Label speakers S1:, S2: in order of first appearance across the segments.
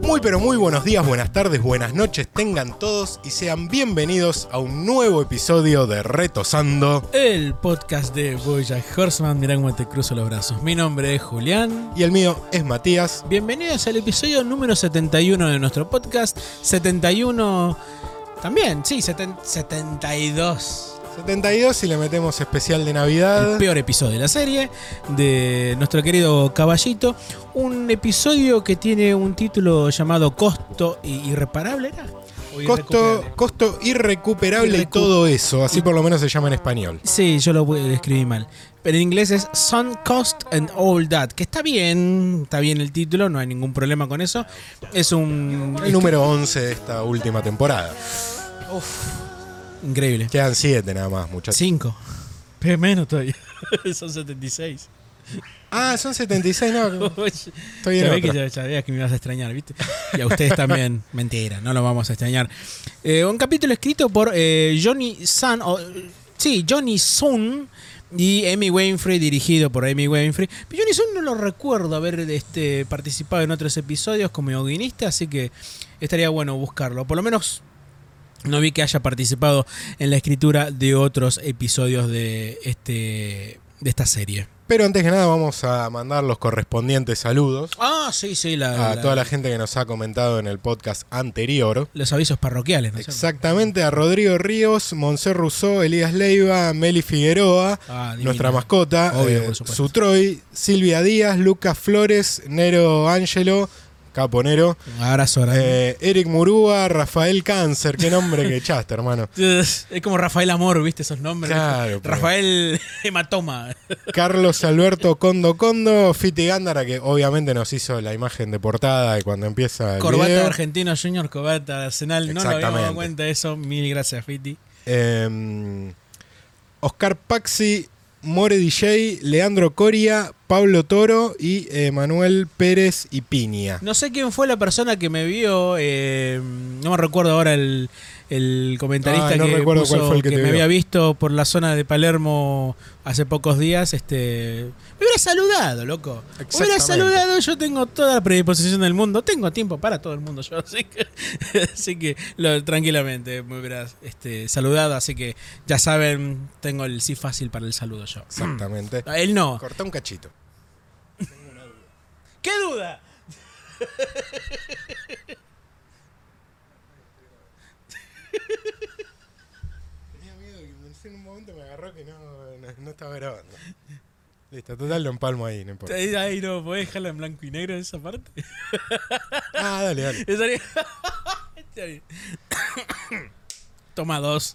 S1: Muy pero muy buenos días, buenas tardes, buenas noches tengan todos y sean bienvenidos a un nuevo episodio de Retosando.
S2: El podcast de Bojack Horseman, mirá cómo te cruzo los brazos. Mi nombre es Julián.
S1: Y el mío es Matías.
S2: Bienvenidos al episodio número 71 de nuestro podcast. 71... También, sí, seten- 72.
S1: 72 y le metemos especial de
S2: El
S1: Navidad.
S2: peor episodio de la serie de nuestro querido caballito. Un episodio que tiene un título llamado Costo i- Irreparable, ¿era? O
S1: Costo,
S2: Irrecuperable.
S1: costo irrecuperable y
S2: Irrecu-
S1: todo eso, así por lo menos se llama en español.
S2: Sí, yo lo pu- escribí mal. Pero en inglés es Sun Cost and All That, que está bien, está bien el título, no hay ningún problema con eso. Es un...
S1: El número 11 de esta última temporada.
S2: Increíble.
S1: Quedan 7 nada más, muchachos.
S2: Cinco. Pero menos todavía. Son 76.
S1: Ah, son 76, no.
S2: Oye.
S1: Estoy en
S2: Sabés que
S1: otra.
S2: ya, sabías que me ibas a extrañar, ¿viste? Y a ustedes también. Mentira, no lo vamos a extrañar. Eh, un capítulo escrito por eh, Johnny Sun. o, eh, sí, Johnny Sun y Emmy Winfrey, dirigido por Emmy Winfrey. Pero Johnny Sun no lo recuerdo haber este, participado en otros episodios como guionista, así que estaría bueno buscarlo. Por lo menos. No vi que haya participado en la escritura de otros episodios de este de esta serie.
S1: Pero antes que nada vamos a mandar los correspondientes saludos
S2: Ah, sí, sí, la,
S1: a
S2: la-
S1: toda la gente que nos ha comentado en el podcast anterior.
S2: los avisos parroquiales, ¿no es cierto?
S1: Exactamente, a Rodrigo Ríos, Monser Rousseau, Elías Leiva, Meli Figueroa,
S2: Ah, divino.
S1: nuestra mascota,
S2: Obvio,
S1: eh,
S2: por supuesto.
S1: Sutroy, Silvia Díaz, Lucas Flores, Nero Ángelo, Caponero,
S2: Un abrazo grande.
S1: eh, Eric Murúa, Rafael Cáncer, qué nombre que echaste, hermano.
S2: Es como Rafael Amor, ¿viste esos nombres?
S1: Claro, pero-
S2: Rafael Hematoma.
S1: Carlos Alberto Condo Condo, Fiti Gándara, que obviamente nos hizo la imagen de portada de cuando empieza el
S2: Corbata de
S1: video.
S2: Argentino Junior, corbata de Arsenal. No nos habíamos dado
S1: Exactamente.
S2: cuenta de eso. Mil gracias, Fiti.
S1: Eh, Oscar Paxi, More DJ, Leandro Coria, Pablo Toro y eh, Manuel Pérez y Piña.
S2: No sé quién fue la persona que me vio. eh, no me recuerdo ahora el, el comentarista
S1: Ah, no
S2: que,
S1: recuerdo cuál
S2: puso
S1: fue el que te
S2: me
S1: vio.
S2: había visto por la zona de Palermo hace pocos días. Este, me hubiera saludado, loco. Me hubiera
S1: Exactamente.
S2: saludado. Yo tengo toda la predisposición del mundo. Tengo tiempo para todo el mundo. Yo así que, así que lo- tranquilamente me hubieras este, saludado. Así que ya saben, tengo el sí fácil para el saludo yo.
S1: Exactamente.
S2: A Él no.
S1: Cortá un cachito.
S2: ¿Qué duda?
S1: Tenía miedo que en un momento me agarró que no, estaba grabando. Listo, total lo empalmo ahí, no importa.
S2: Ay, no, ¿podés dejarla en blanco y negro esa parte?
S1: Ah, dale, dale.
S2: Estaría- Estaría- Toma dos.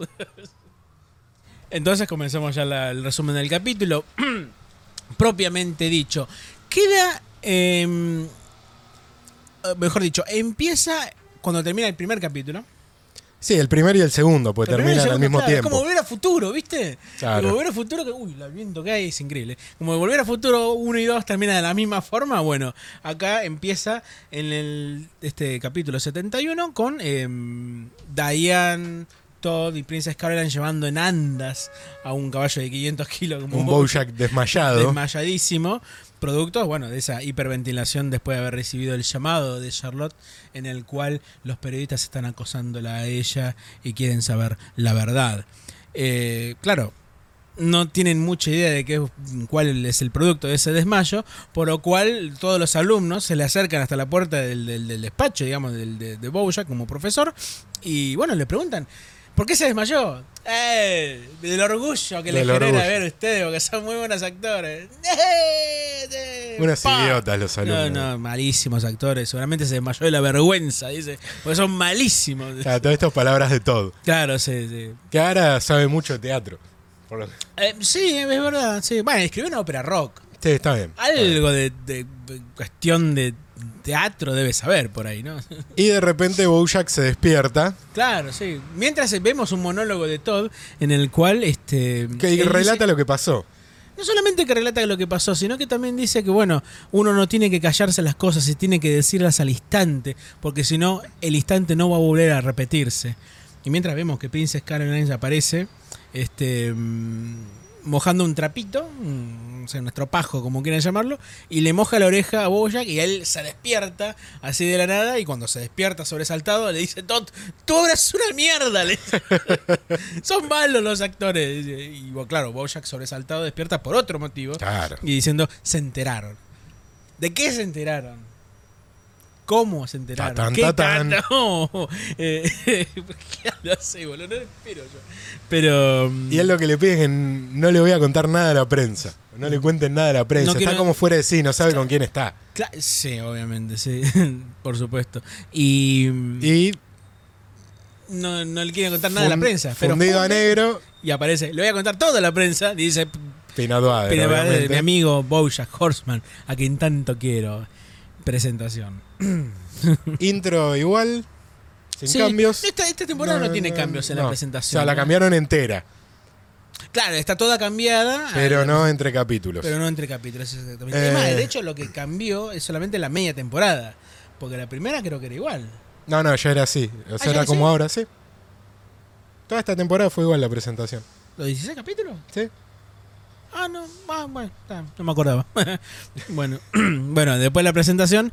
S2: Entonces comenzamos ya la- el resumen del capítulo. Propiamente dicho. Queda. em, eh, mejor dicho, empieza cuando termina el primer capítulo.
S1: Sí, el primero y el segundo, pues
S2: El primero y el
S1: terminan al mismo
S2: segundo, claro, es
S1: tiempo.
S2: Como volver a futuro, ¿viste?
S1: Claro.
S2: Como volver a futuro, que, uy, la viento que hay es increíble. Como volver a futuro 1 y 2 termina de la misma forma, bueno, acá empieza en el este capítulo 71 con em, Diane, Todd y Princess Caroline llevando en andas a un caballo de 500 kilos como
S1: Un Bojack desmayado.
S2: desmayadísimo. Producto, bueno, de esa hiperventilación después de haber recibido el llamado de Charlotte, en el cual los periodistas están acosándola a ella y quieren saber la verdad. Eh, claro, no tienen mucha idea de qué, es- cuál es el producto de ese desmayo, por lo cual todos los alumnos se le acercan hasta la puerta del, del- del despacho, digamos, del, de, de Bojack como profesor, y bueno, le preguntan, ¿por qué se desmayó? ¡Eh! Del orgullo que le
S1: Del
S2: genera
S1: orgullo.
S2: ver ustedes, porque son muy buenos actores. ¡Eh! ¡Eh!
S1: Unos
S2: ¡Pa!
S1: idiotas los
S2: No,
S1: alumnos.
S2: no, malísimos actores. Seguramente se desmayó de la vergüenza, dice. Porque son malísimos.
S1: Claro, todas estas palabras de todo.
S2: Claro, sí, sí.
S1: Que ahora sabe mucho teatro. Por lo que-
S2: Eh, sí, es verdad. Sí. Bueno, escribió una ópera rock.
S1: Sí, está bien.
S2: Algo de, de- de cuestión de teatro debe saber por ahí, ¿no?
S1: Y de repente Bojack se despierta
S2: Claro, sí. Mientras eh, vemos un monólogo de Todd en el cual este
S1: que y
S2: él
S1: relata
S2: dice-
S1: lo que pasó.
S2: no solamente que relata lo que pasó, sino que también dice que bueno, uno no tiene que callarse las cosas y tiene que decirlas al instante, porque si no el instante no va a volver a repetirse. Y mientras vemos que Princess Caroline aparece, este, mm, mojando un trapito, un, o sea, un estropajo, como quieran llamarlo, y le moja la oreja a Bojack y él se despierta así de la nada y cuando se despierta sobresaltado le dice, Todd, tú eres una mierda. le dice. Son malos los actores. dice. Y bueno, claro, Bojack sobresaltado despierta por otro motivo
S1: Claro.
S2: y diciendo, se enteraron. ¿De qué se enteraron? ¿Cómo se enteraron?
S1: Tatán,
S2: ¿Qué
S1: tatán.
S2: tan- No, eh, ¿qué lo sé, boludo? No lo espero yo. Pero... mm,
S1: Y él lo que le pide es que no le voy a contar nada a la prensa. No le cuenten nada a la prensa.
S2: No
S1: está
S2: quiero-
S1: como fuera de sí, no sabe con quién está.
S2: Cla- sí, obviamente, sí, por supuesto. Y,
S1: Y
S2: no, no le quieren contar Mm. nada a la
S1: fun-
S2: prensa. Pero
S1: Fundido a
S2: funde-
S1: negro,
S2: Y aparece, le voy a contar todo a la prensa. Dice,
S1: Pinaduado.
S2: "Pero, mi amigo Bojack Horseman, a quien tanto quiero. Presentación.
S1: Intro igual, sin
S2: Sí,
S1: cambios.
S2: Esta, esta temporada no, tiene cambios en la
S1: no.
S2: presentación.
S1: O sea, la
S2: ¿no?
S1: cambiaron entera,
S2: Claro, está toda cambiada.
S1: pero
S2: eh,
S1: no entre capítulos.
S2: Pero no entre capítulos, exactamente.
S1: Eh.
S2: Es más, de hecho, lo que cambió es solamente la media temporada. Porque la primera creo que era igual.
S1: No, no, ya era así. O
S2: ¿Ah, ¿ya
S1: sea, era
S2: era
S1: como
S2: así?
S1: ahora, sí. Toda esta temporada fue igual la presentación.
S2: ¿Los 16 capítulos?
S1: ¿Sí?
S2: Ah, no, ah, bueno, está, no me acordaba. bueno, bueno, después de la presentación,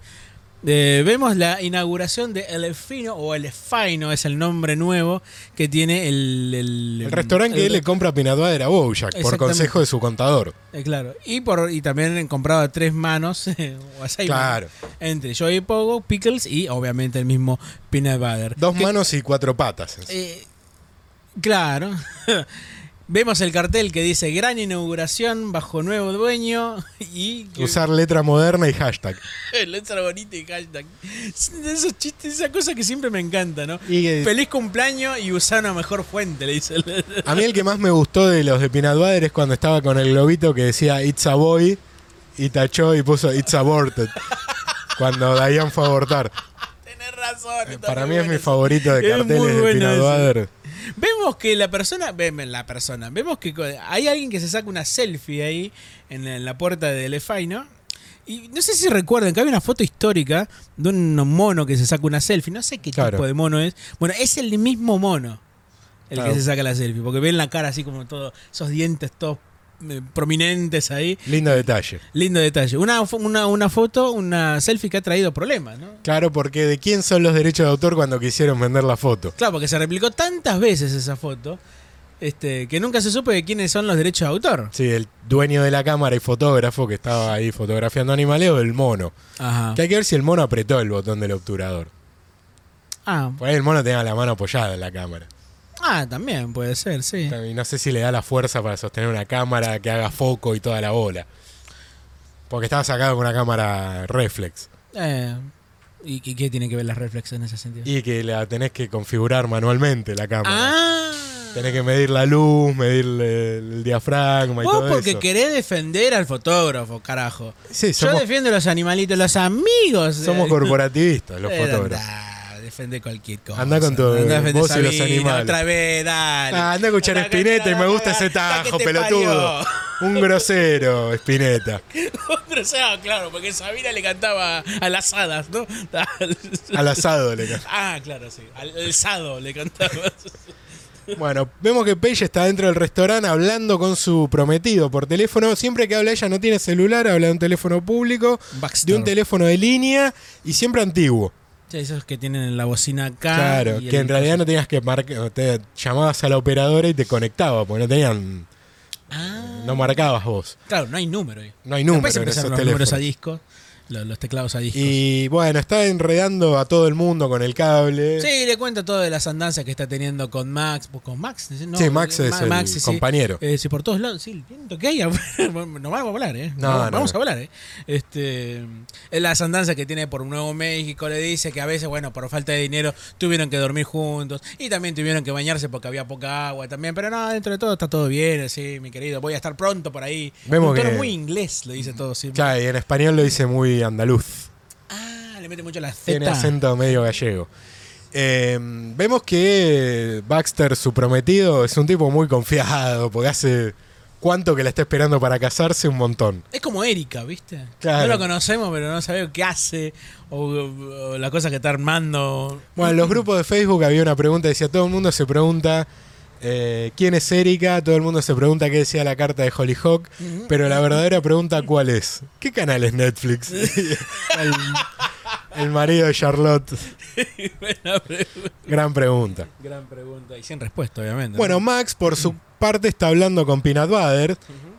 S2: eh, vemos la inauguración de Elefino, o Elefino es el nombre nuevo que tiene el... El,
S1: El restaurante que
S2: el-
S1: él le compra a Pinaduada era Bojack, por
S2: Exactamente.
S1: consejo de su contador.
S2: eh, Claro, y, por, y también han comprado a tres manos, o a seis
S1: Claro.
S2: manos, entre Joey Pogo, Pickles y obviamente el mismo Peanut Butter.
S1: Dos
S2: Que-
S1: manos y cuatro patas.
S2: Eh, claro. Vemos el cartel que dice gran inauguración bajo nuevo dueño y que-
S1: Usar letra moderna y hashtag.
S2: letra bonita y hashtag. De Esos chistes, esa cosa que siempre me encanta, ¿no?
S1: Y, eh,
S2: Feliz cumpleaños y usá una mejor fuente, le dice. el-
S1: A mí el que más me gustó de los de Pinaduader es cuando estaba con el globito que decía It's a boy y tachó y puso It's aborted. cuando Dayan fue a abortar.
S2: Tenés razón. está
S1: Eh, Para
S2: muy
S1: mí es
S2: bueno
S1: mi
S2: ese.
S1: favorito de
S2: Es muy
S1: carteles de
S2: bueno
S1: Pinaduader.
S2: Vemos que la persona, ve- ve la persona, vemos que co- hay alguien que se saca una selfie ahí en la, en la puerta de Elefino. Y no sé si recuerdan que había una foto histórica de un mono que se saca una selfie. No sé qué
S1: Claro.
S2: tipo de mono es. Bueno, es el mismo mono el
S1: Claro.
S2: que se saca la selfie. Porque ven la cara así como todo, esos dientes todos eh, prominentes ahí.
S1: Lindo detalle.
S2: Lindo detalle. Una, fo- una, una foto, una selfie que ha traído problemas, ¿no?
S1: Claro, porque ¿de quién son los derechos de autor cuando quisieron vender la foto?
S2: Claro, porque se replicó tantas veces esa foto este, que nunca se supo de quiénes son los derechos de autor.
S1: Sí, el dueño de la cámara y fotógrafo que estaba ahí fotografiando animales o el mono.
S2: Ajá.
S1: Que hay que ver si el mono apretó el botón del obturador.
S2: Ah,
S1: Por ahí el mono tenía la mano apoyada en la cámara.
S2: ah, también puede ser, sí.
S1: Y no sé si le da la fuerza para sostener una cámara que haga foco y toda la bola. Porque estaba sacado con una cámara reflex.
S2: Eh, ¿y, y qué tiene que ver las reflexes en ese sentido?
S1: Y que la tenés que configurar manualmente la cámara.
S2: ah,
S1: Tenés que medir la luz, medir el, el diafragma y
S2: vos
S1: todo
S2: porque
S1: eso.
S2: querés defender al fotógrafo, carajo.
S1: Sí,
S2: Yo
S1: somos,
S2: defiendo a los animalitos, los amigos.
S1: somos corporativistas los
S2: Eh,
S1: fotógrafos.
S2: andá, Defende cualquier cosa.
S1: Andá con tu-
S2: a defender
S1: vos y los
S2: Sabina,
S1: animales.
S2: Otra vez, dale.
S1: Ah, anda a escuchar
S2: Andá,
S1: Espineta y
S2: andá,
S1: me gusta
S2: andá,
S1: ese
S2: andá, que
S1: tajo,
S2: te
S1: pelotudo.
S2: parió.
S1: Un grosero, Espineta.
S2: Pero, o sea, claro, porque Sabina le cantaba a las hadas, ¿no?
S1: Al asado le ca-
S2: Ah, claro, sí. Al al sado le cantaba.
S1: Bueno, vemos que Paige está dentro del restaurante hablando con su prometido por teléfono. Siempre que habla ella no tiene celular, habla de un teléfono público, de un teléfono de línea y siempre antiguo.
S2: Sí, esos que tienen la bocina acá.
S1: Claro,
S2: Ah, y
S1: que
S2: el-
S1: en realidad no tenías que marcar, te llamabas a la operadora y te conectaba, porque no tenían,
S2: Ah,
S1: no marcabas vos.
S2: Claro, no hay número. ahí.
S1: No hay número
S2: Después
S1: en
S2: empezaron
S1: esos
S2: los números a
S1: teléfonos.
S2: disco, los, los teclados a disco.
S1: Y bueno, está enredando a todo el mundo con el cable.
S2: Sí, le cuenta todo de las andanzas que está teniendo con Max. pues, ¿Con Max? No,
S1: Sí, Max
S2: eh,
S1: es
S2: Ma-
S1: el
S2: Max, sí, sí.
S1: compañero.
S2: Eh, sí, por todos lados, sí, el viento que hay, afuera, nos vamos a volar, ¿eh?
S1: No,
S2: vamos,
S1: no,
S2: vamos
S1: no.
S2: a volar, ¿eh? Este, las andanzas que tiene por Nuevo México, le dice que a veces, bueno, por falta de dinero tuvieron que dormir juntos y también tuvieron que bañarse porque había poca agua también, pero no, dentro de todo está todo bien, sí, mi querido, voy a estar pronto por ahí.
S1: Vemos
S2: Un tono
S1: que- Mm,
S2: muy inglés, le dice todo siempre.
S1: Claro, y en español lo dice muy andaluz.
S2: Ah, le mete mucho la Z.
S1: Tiene acento medio gallego. Eh, vemos que Baxter, su prometido, es un tipo muy confiado, porque hace cuánto que la está esperando para casarse, un montón.
S2: Es como Erika, ¿viste?
S1: Claro.
S2: No la conocemos, pero no sabemos qué hace o, o la cosa que está armando.
S1: Bueno, en los grupos de Facebook había una pregunta, decía, todo el mundo se pregunta eh, quién es Erika, todo el mundo se pregunta qué decía la carta de Hollyhock, pero la verdadera pregunta cuál es. ¿Qué canal es Netflix? el, el marido de Charlotte.
S2: Buena pregunta.
S1: Gran pregunta.
S2: Gran pregunta y sin respuesta, obviamente. ¿no?
S1: Bueno, Max por su parte está hablando con Peanut Butter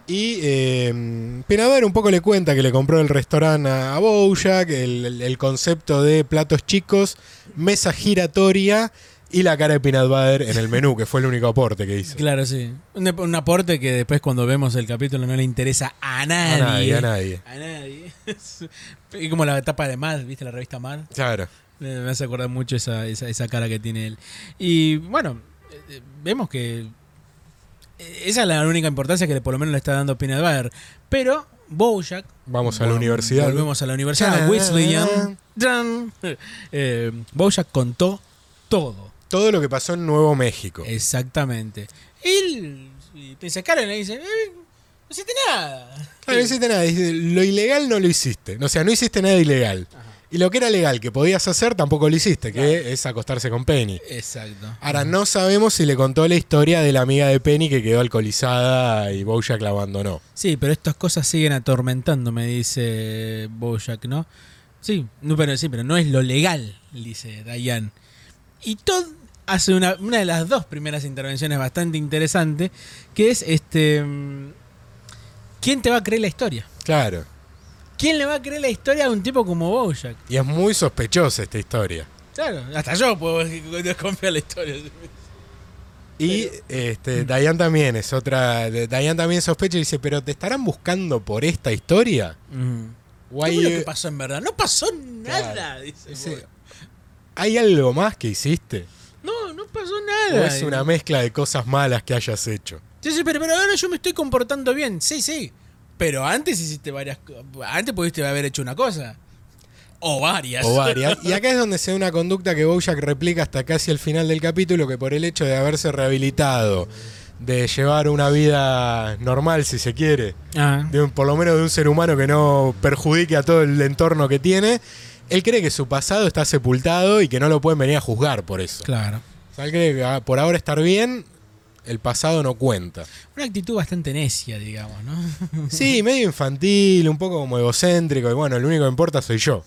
S1: y eh, Peanut Butter un poco le cuenta que le compró el restaurante a a Bojack, el, el- el concepto de platos chicos, mesa giratoria y la cara de Peanut Butter en el menú, que fue el único aporte que hizo.
S2: Claro, sí. Un, dep- un aporte que después cuando vemos el capítulo no le interesa a
S1: A
S2: nadie.
S1: nadie, a nadie.
S2: A nadie. y como la etapa de Mad, ¿viste? La revista Mad.
S1: Claro.
S2: Me me hace acordar mucho esa, esa, esa cara que tiene él. Y bueno, eh, eh, vemos que eh, esa es la única importancia que le- por lo menos le está dando Peanut Butter. Pero Bojack...
S1: Vamos a
S2: vol-
S1: la universidad.
S2: Volvemos a la universidad.
S1: Tan,
S2: a Wesleyan.
S1: tan,
S2: Tan. Eh, Bojack contó todo.
S1: Todo lo que pasó en Nuevo México.
S2: Exactamente. Él y piensa Karen le dice, "Eh, no hiciste nada.
S1: Claro, Ah, no hiciste nada. Dice, Lo ilegal no lo hiciste. O sea, no hiciste nada ilegal. Y lo que era legal que podías hacer tampoco lo hiciste, que es acostarse con Penny.
S2: Exacto.
S1: Ahora, no sabemos si le contó la historia de la amiga de Penny que quedó alcoholizada y Bojack la abandonó.
S2: Sí, pero estas cosas siguen atormentando, me dice Bojack, ¿no? Sí, no, pero sí, pero no es lo legal, dice Diane. Y Todd hace una, una de las dos primeras intervenciones bastante interesante, que es este mm, ¿Quién te va a creer la historia?
S1: Claro.
S2: ¿Quién le va a creer la historia a un tipo como Bojack?
S1: Y es muy sospechosa esta historia.
S2: Claro, hasta yo puedo desconfiar la historia.
S1: Y este, Diane también es otra. de- Diane también sospecha y dice: ¿Pero te estarán buscando por esta historia? ¿O
S2: ¿Qué
S1: hay,
S2: fue lo que pasó en verdad? No pasó nada,
S1: eh, Claro.
S2: dice.
S1: Sí.
S2: Bojack.
S1: hay algo más que hiciste?
S2: No, no pasó
S1: ¿O
S2: nada. eh.
S1: es una mezcla de cosas malas que hayas hecho?
S2: Sí, sí, pero, pero ahora yo me estoy comportando bien. Sí, sí. Pero antes hiciste varias. co- Antes pudiste haber hecho una cosa. O varias.
S1: O varias. Y acá es donde se da una conducta que Bojack replica hasta casi el final del capítulo, que por el hecho de haberse rehabilitado, de llevar una vida normal, si se quiere,
S2: Ah.
S1: de un- por lo menos de un ser humano que no perjudique a todo el entorno que tiene, él cree que su pasado está sepultado y que no lo pueden venir a juzgar por eso.
S2: Claro.
S1: O sea, él cree que ah, por ahora estar bien, el pasado no cuenta.
S2: Una actitud bastante necia, digamos, ¿no?
S1: Sí, medio infantil, un poco como egocéntrico, y bueno, lo único que importa soy yo.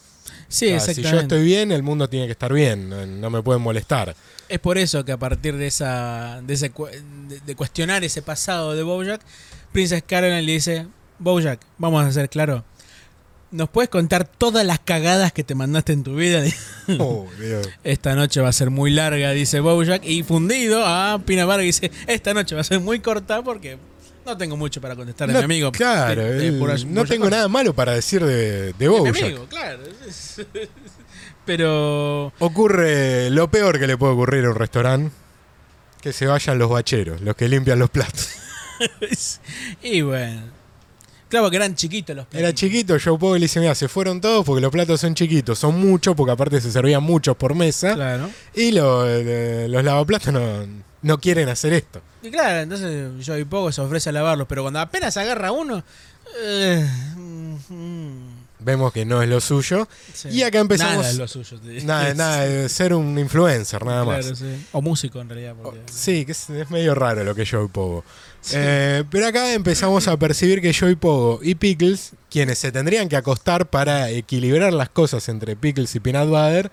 S2: Sí,
S1: O sea, Ah, si
S2: exactamente.
S1: yo estoy bien, el mundo tiene que estar bien, no- no me pueden molestar.
S2: Es por eso que a partir de esa. de, ese cu- de- de cuestionar ese pasado de Bojack, Princess Caroline le dice: Bojack, vamos a ser claro. ¿Nos puedes contar todas las cagadas que te mandaste en tu vida?
S1: Oh, Dios.
S2: Esta noche va a ser muy larga, dice Bojack. Y fundido a Pina Vargas dice: Esta noche va a ser muy corta porque no tengo mucho para contestar de
S1: No,
S2: mi amigo. Eh,
S1: Claro,
S2: De- de
S1: él-
S2: pura-
S1: no
S2: Bojack
S1: tengo
S2: Horseman.
S1: nada malo para decir de, de
S2: De mi
S1: Bojack.
S2: amigo, claro. Pero.
S1: Ocurre lo peor que le puede ocurrir a un restaurante. Que se vayan los bacheros, los que limpian los platos.
S2: Y bueno. Claro, que eran chiquitos los
S1: Era
S2: platitos.
S1: chiquito, Joe Powell dice, mira, se fueron todos porque los platos son chiquitos, son muchos, porque aparte se servían muchos por mesa.
S2: Claro.
S1: Y lo- eh, los lavaplatos no, no quieren hacer esto.
S2: Y claro, entonces yo y poco se ofrece a lavarlos. Pero cuando apenas agarra uno. eh, mm, mm,
S1: Vemos que no es lo suyo.
S2: sí.
S1: Y acá empezamos-
S2: Nada es lo suyo. te digo.
S1: Nada, nada, de ser un influencer, nada más. Oh.
S2: Claro, sí. O músico en realidad. Porque...
S1: Sí, que es, es medio raro lo que es Joey Pogo. Eh, pero acá empezamos a percibir que Joey Pogo y Pickles, quienes se tendrían que acostar para equilibrar las cosas entre Pickles y Peanut Butter,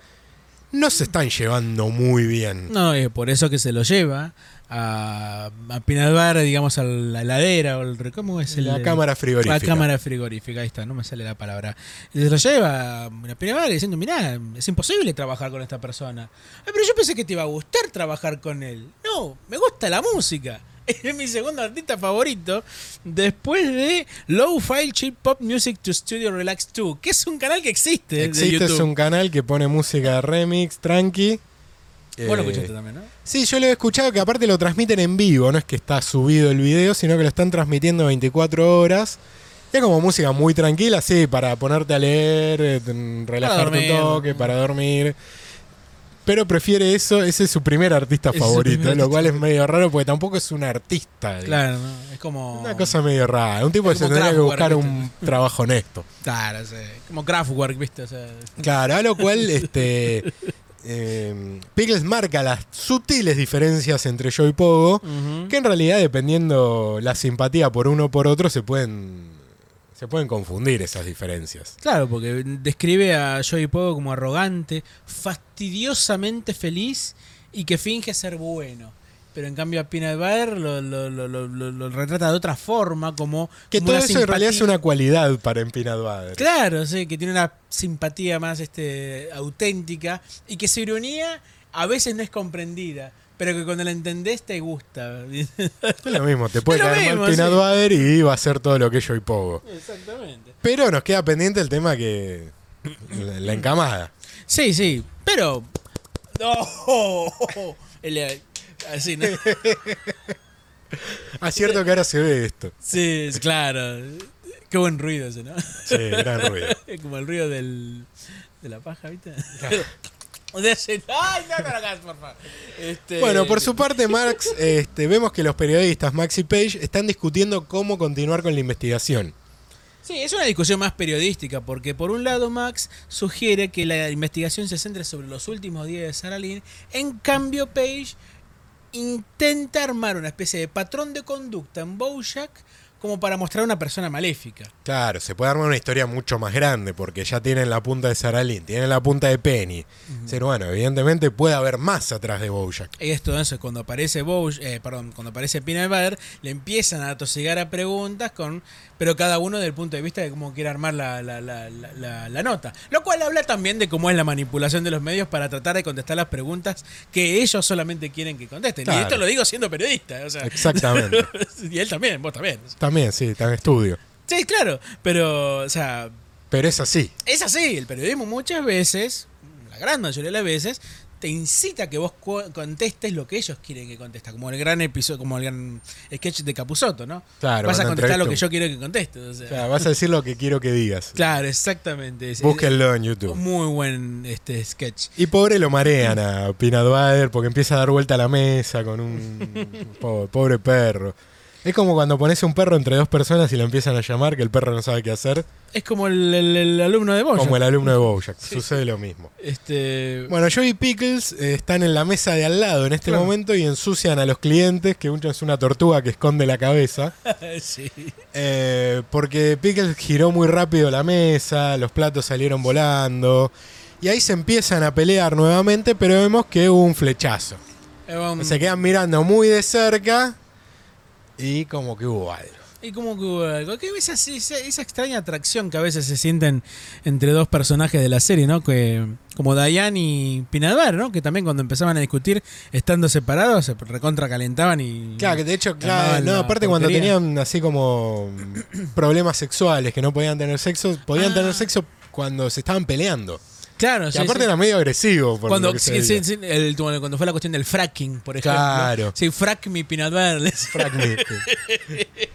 S1: no se están llevando muy bien.
S2: No, es por eso que se lo lleva a, a Pinal Bar, digamos, a la heladera o el, re- ¿cómo es? el-
S1: La
S2: el-
S1: cámara frigorífica.
S2: La cámara frigorífica, ahí está, no me sale la palabra. Y se lo lleva a Pinal Bar diciendo, mirá, es imposible trabajar con esta persona. "Ay, pero yo pensé que te iba a gustar trabajar con él. No, me gusta la música. Es mi segundo artista favorito después de Low File Chip Pop Music to Studio Relax 2, que es un canal que existe. de
S1: Existe es
S2: YouTube.
S1: un canal que pone música remix, tranqui.
S2: Vos lo
S1: Eh,
S2: escuchaste también, ¿no?
S1: Sí, yo lo he escuchado que aparte lo transmiten en vivo, no es que está subido el video, sino que lo están transmitiendo 24 horas. Y es como música muy tranquila, sí, para ponerte a leer, eh, ten- relajarte
S2: dormir.
S1: un toque, para dormir. Pero prefiere eso, ese es su primer artista
S2: Ese es su
S1: favorito,
S2: primer
S1: lo cual es
S2: artista.
S1: medio raro porque tampoco es un artista. digamos.
S2: Claro, ¿no? es como.
S1: Una cosa medio rara. Un tipo que
S2: Es
S1: se
S2: como
S1: tendría que
S2: Kraftwerk,
S1: buscar un trabajo honesto.
S2: Claro, sí. Como Kraftwerk, ¿viste? O sea,
S1: Claro, a lo cual este, eh, Pickles marca las sutiles diferencias entre yo y Pogo,
S2: ujú.
S1: que en realidad dependiendo la simpatía por uno o por otro se pueden, se pueden confundir esas diferencias.
S2: Claro, porque describe a Joey Pogo como arrogante, fastidiosamente feliz y que finge ser bueno. Pero en cambio a Peanut Butter lo, lo- lo- lo- lo- lo retrata de otra forma, como...
S1: Que
S2: como
S1: todo
S2: una
S1: eso en realidad es
S2: simpatía-
S1: una cualidad para Empinado Bader.
S2: Claro, sí, que tiene una simpatía más este, auténtica y que su ironía a veces no es comprendida, pero que cuando la entendés te gusta.
S1: Es lo mismo, te puede
S2: Es lo
S1: caer
S2: mismo,
S1: mal Peanut
S2: sí.
S1: Butter y va a ser todo lo que yo y Pogo.
S2: Exactamente.
S1: Pero nos queda pendiente el tema que... La, la encamada.
S2: Sí, sí, pero... ¡No! El- Así, ¿no?
S1: Acierto Ah, que ahora se ve esto.
S2: Sí, es claro. Qué buen ruido ese, ¿no?
S1: Sí, gran ruido.
S2: Es Como el ruido del, de la paja, ¿viste? De ese- ¡Ay, no, no lo hagas, por favor! Este-
S1: Bueno, por su parte, Marx, este, vemos que los periodistas Max y Page están discutiendo cómo continuar con la investigación.
S2: Sí, es una discusión más periodística, porque por un lado Max sugiere que la investigación se centre sobre los últimos días de Sarah Lynn, en cambio Page intenta armar una especie de patrón de conducta en Bojack como para mostrar a una persona maléfica.
S1: Claro, se puede armar una historia mucho más grande, porque ya tienen la punta de Sarah Lynn, tienen la punta de Penny. Pero bueno, evidentemente puede haber más atrás de Bojack.
S2: Y esto entonces cuando aparece Boj, eh, perdón, cuando aparece Peanut Butter, le empiezan a tosigar a preguntas con, pero cada uno del punto de vista de cómo quiere armar la, la- la- la- la- la nota. Lo cual habla también de cómo es la manipulación de los medios para tratar de contestar las preguntas que ellos solamente quieren que contesten. Y
S1: Claro.
S2: esto lo digo siendo periodista, o sea,
S1: Exactamente.
S2: y él también, vos también.
S1: También, sí, tan estudio.
S2: Sí, claro, pero, o sea,
S1: Pero es así.
S2: es así, el periodismo muchas veces, la gran mayoría de las veces, te incita a que vos cu- contestes lo que ellos quieren que contestes, como el gran episodio, como el gran sketch de Capusoto, ¿no?
S1: Claro,
S2: Vas a
S1: cuando
S2: contestar lo que
S1: entrevista
S2: yo quiero que contestes. o sea.
S1: O sea, vas a decir lo que quiero que digas.
S2: claro, exactamente. Es-
S1: Búsquenlo en
S2: es
S1: YouTube.
S2: un muy buen este sketch.
S1: Y pobre lo marean a Peanut Butter porque empieza a dar vuelta a la mesa con un pobre, pobre perro. Es como cuando pones un perro entre dos personas y lo empiezan a llamar, que el perro no sabe qué hacer,
S2: Es como el, el- el alumno de Bosch.
S1: como el alumno de Bojack. Sucede lo mismo.
S2: Este,
S1: Bueno, Joey y Pickles eh, están en la mesa de al lado en este
S2: Claro.
S1: momento y ensucian a los clientes, que uno es una tortuga que esconde la cabeza,
S2: sí.
S1: eh, porque Pickles giró muy rápido la mesa, los platos salieron volando, y ahí se empiezan a pelear nuevamente, pero vemos que hubo un flechazo.
S2: Eh, um,
S1: Se quedan mirando muy de cerca y como que hubo algo.
S2: Y como que hubo algo. Que esa, esa, esa extraña atracción que a veces se sienten entre dos personajes de la serie, ¿no? Que, como Diane y Pinadar, ¿no? Que también cuando empezaban a discutir estando separados se recontra calentaban y.
S1: Claro, que de hecho, claro,
S2: Armaban
S1: no,
S2: Mm. la
S1: aparte cuando
S2: porquería.
S1: tenían así como problemas sexuales, que no podían tener sexo, podían
S2: Ah.
S1: tener sexo cuando se estaban peleando.
S2: Claro,
S1: Y
S2: sí,
S1: aparte
S2: sí.
S1: era medio agresivo. Por
S2: Cuando,
S1: lo que se
S2: sí, sí,
S1: veía.
S2: sí, el- bueno, cuando fue la cuestión del fracking, por ejemplo.
S1: Claro.
S2: Sí, frack mi Pinadar.
S1: Frack me- sí.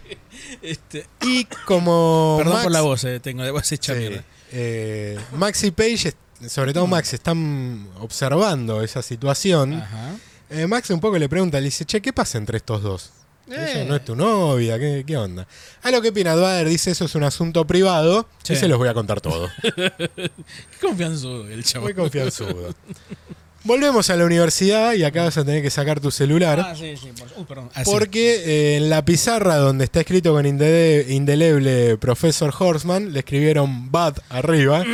S2: Este,
S1: Y como.
S2: perdón
S1: Max-
S2: por la voz, eh, tengo la voz hecha
S1: sí,
S2: mierda. Mm.
S1: eh, Max y Page, sobre todo Max, están observando esa situación.
S2: Ajá.
S1: Eh, Max un poco le pregunta, le dice, che, ¿qué pasa entre estos dos? Ella
S2: Eh.
S1: no es tu novia, ¿qué, qué onda? A lo que Peanut Butter dice, eso es un asunto privado,
S2: Sí.
S1: y se los voy a contar todo.
S2: Qué confianzudo el chavo.
S1: Muy confianzudo. Volvemos a la universidad y acá vas a tener que sacar tu celular.
S2: Ah, sí, sí. por- uy, perdón. Ah, sí.
S1: Porque eh, en la pizarra donde está escrito con indele- indeleble Profesor Horseman, le escribieron Bad arriba,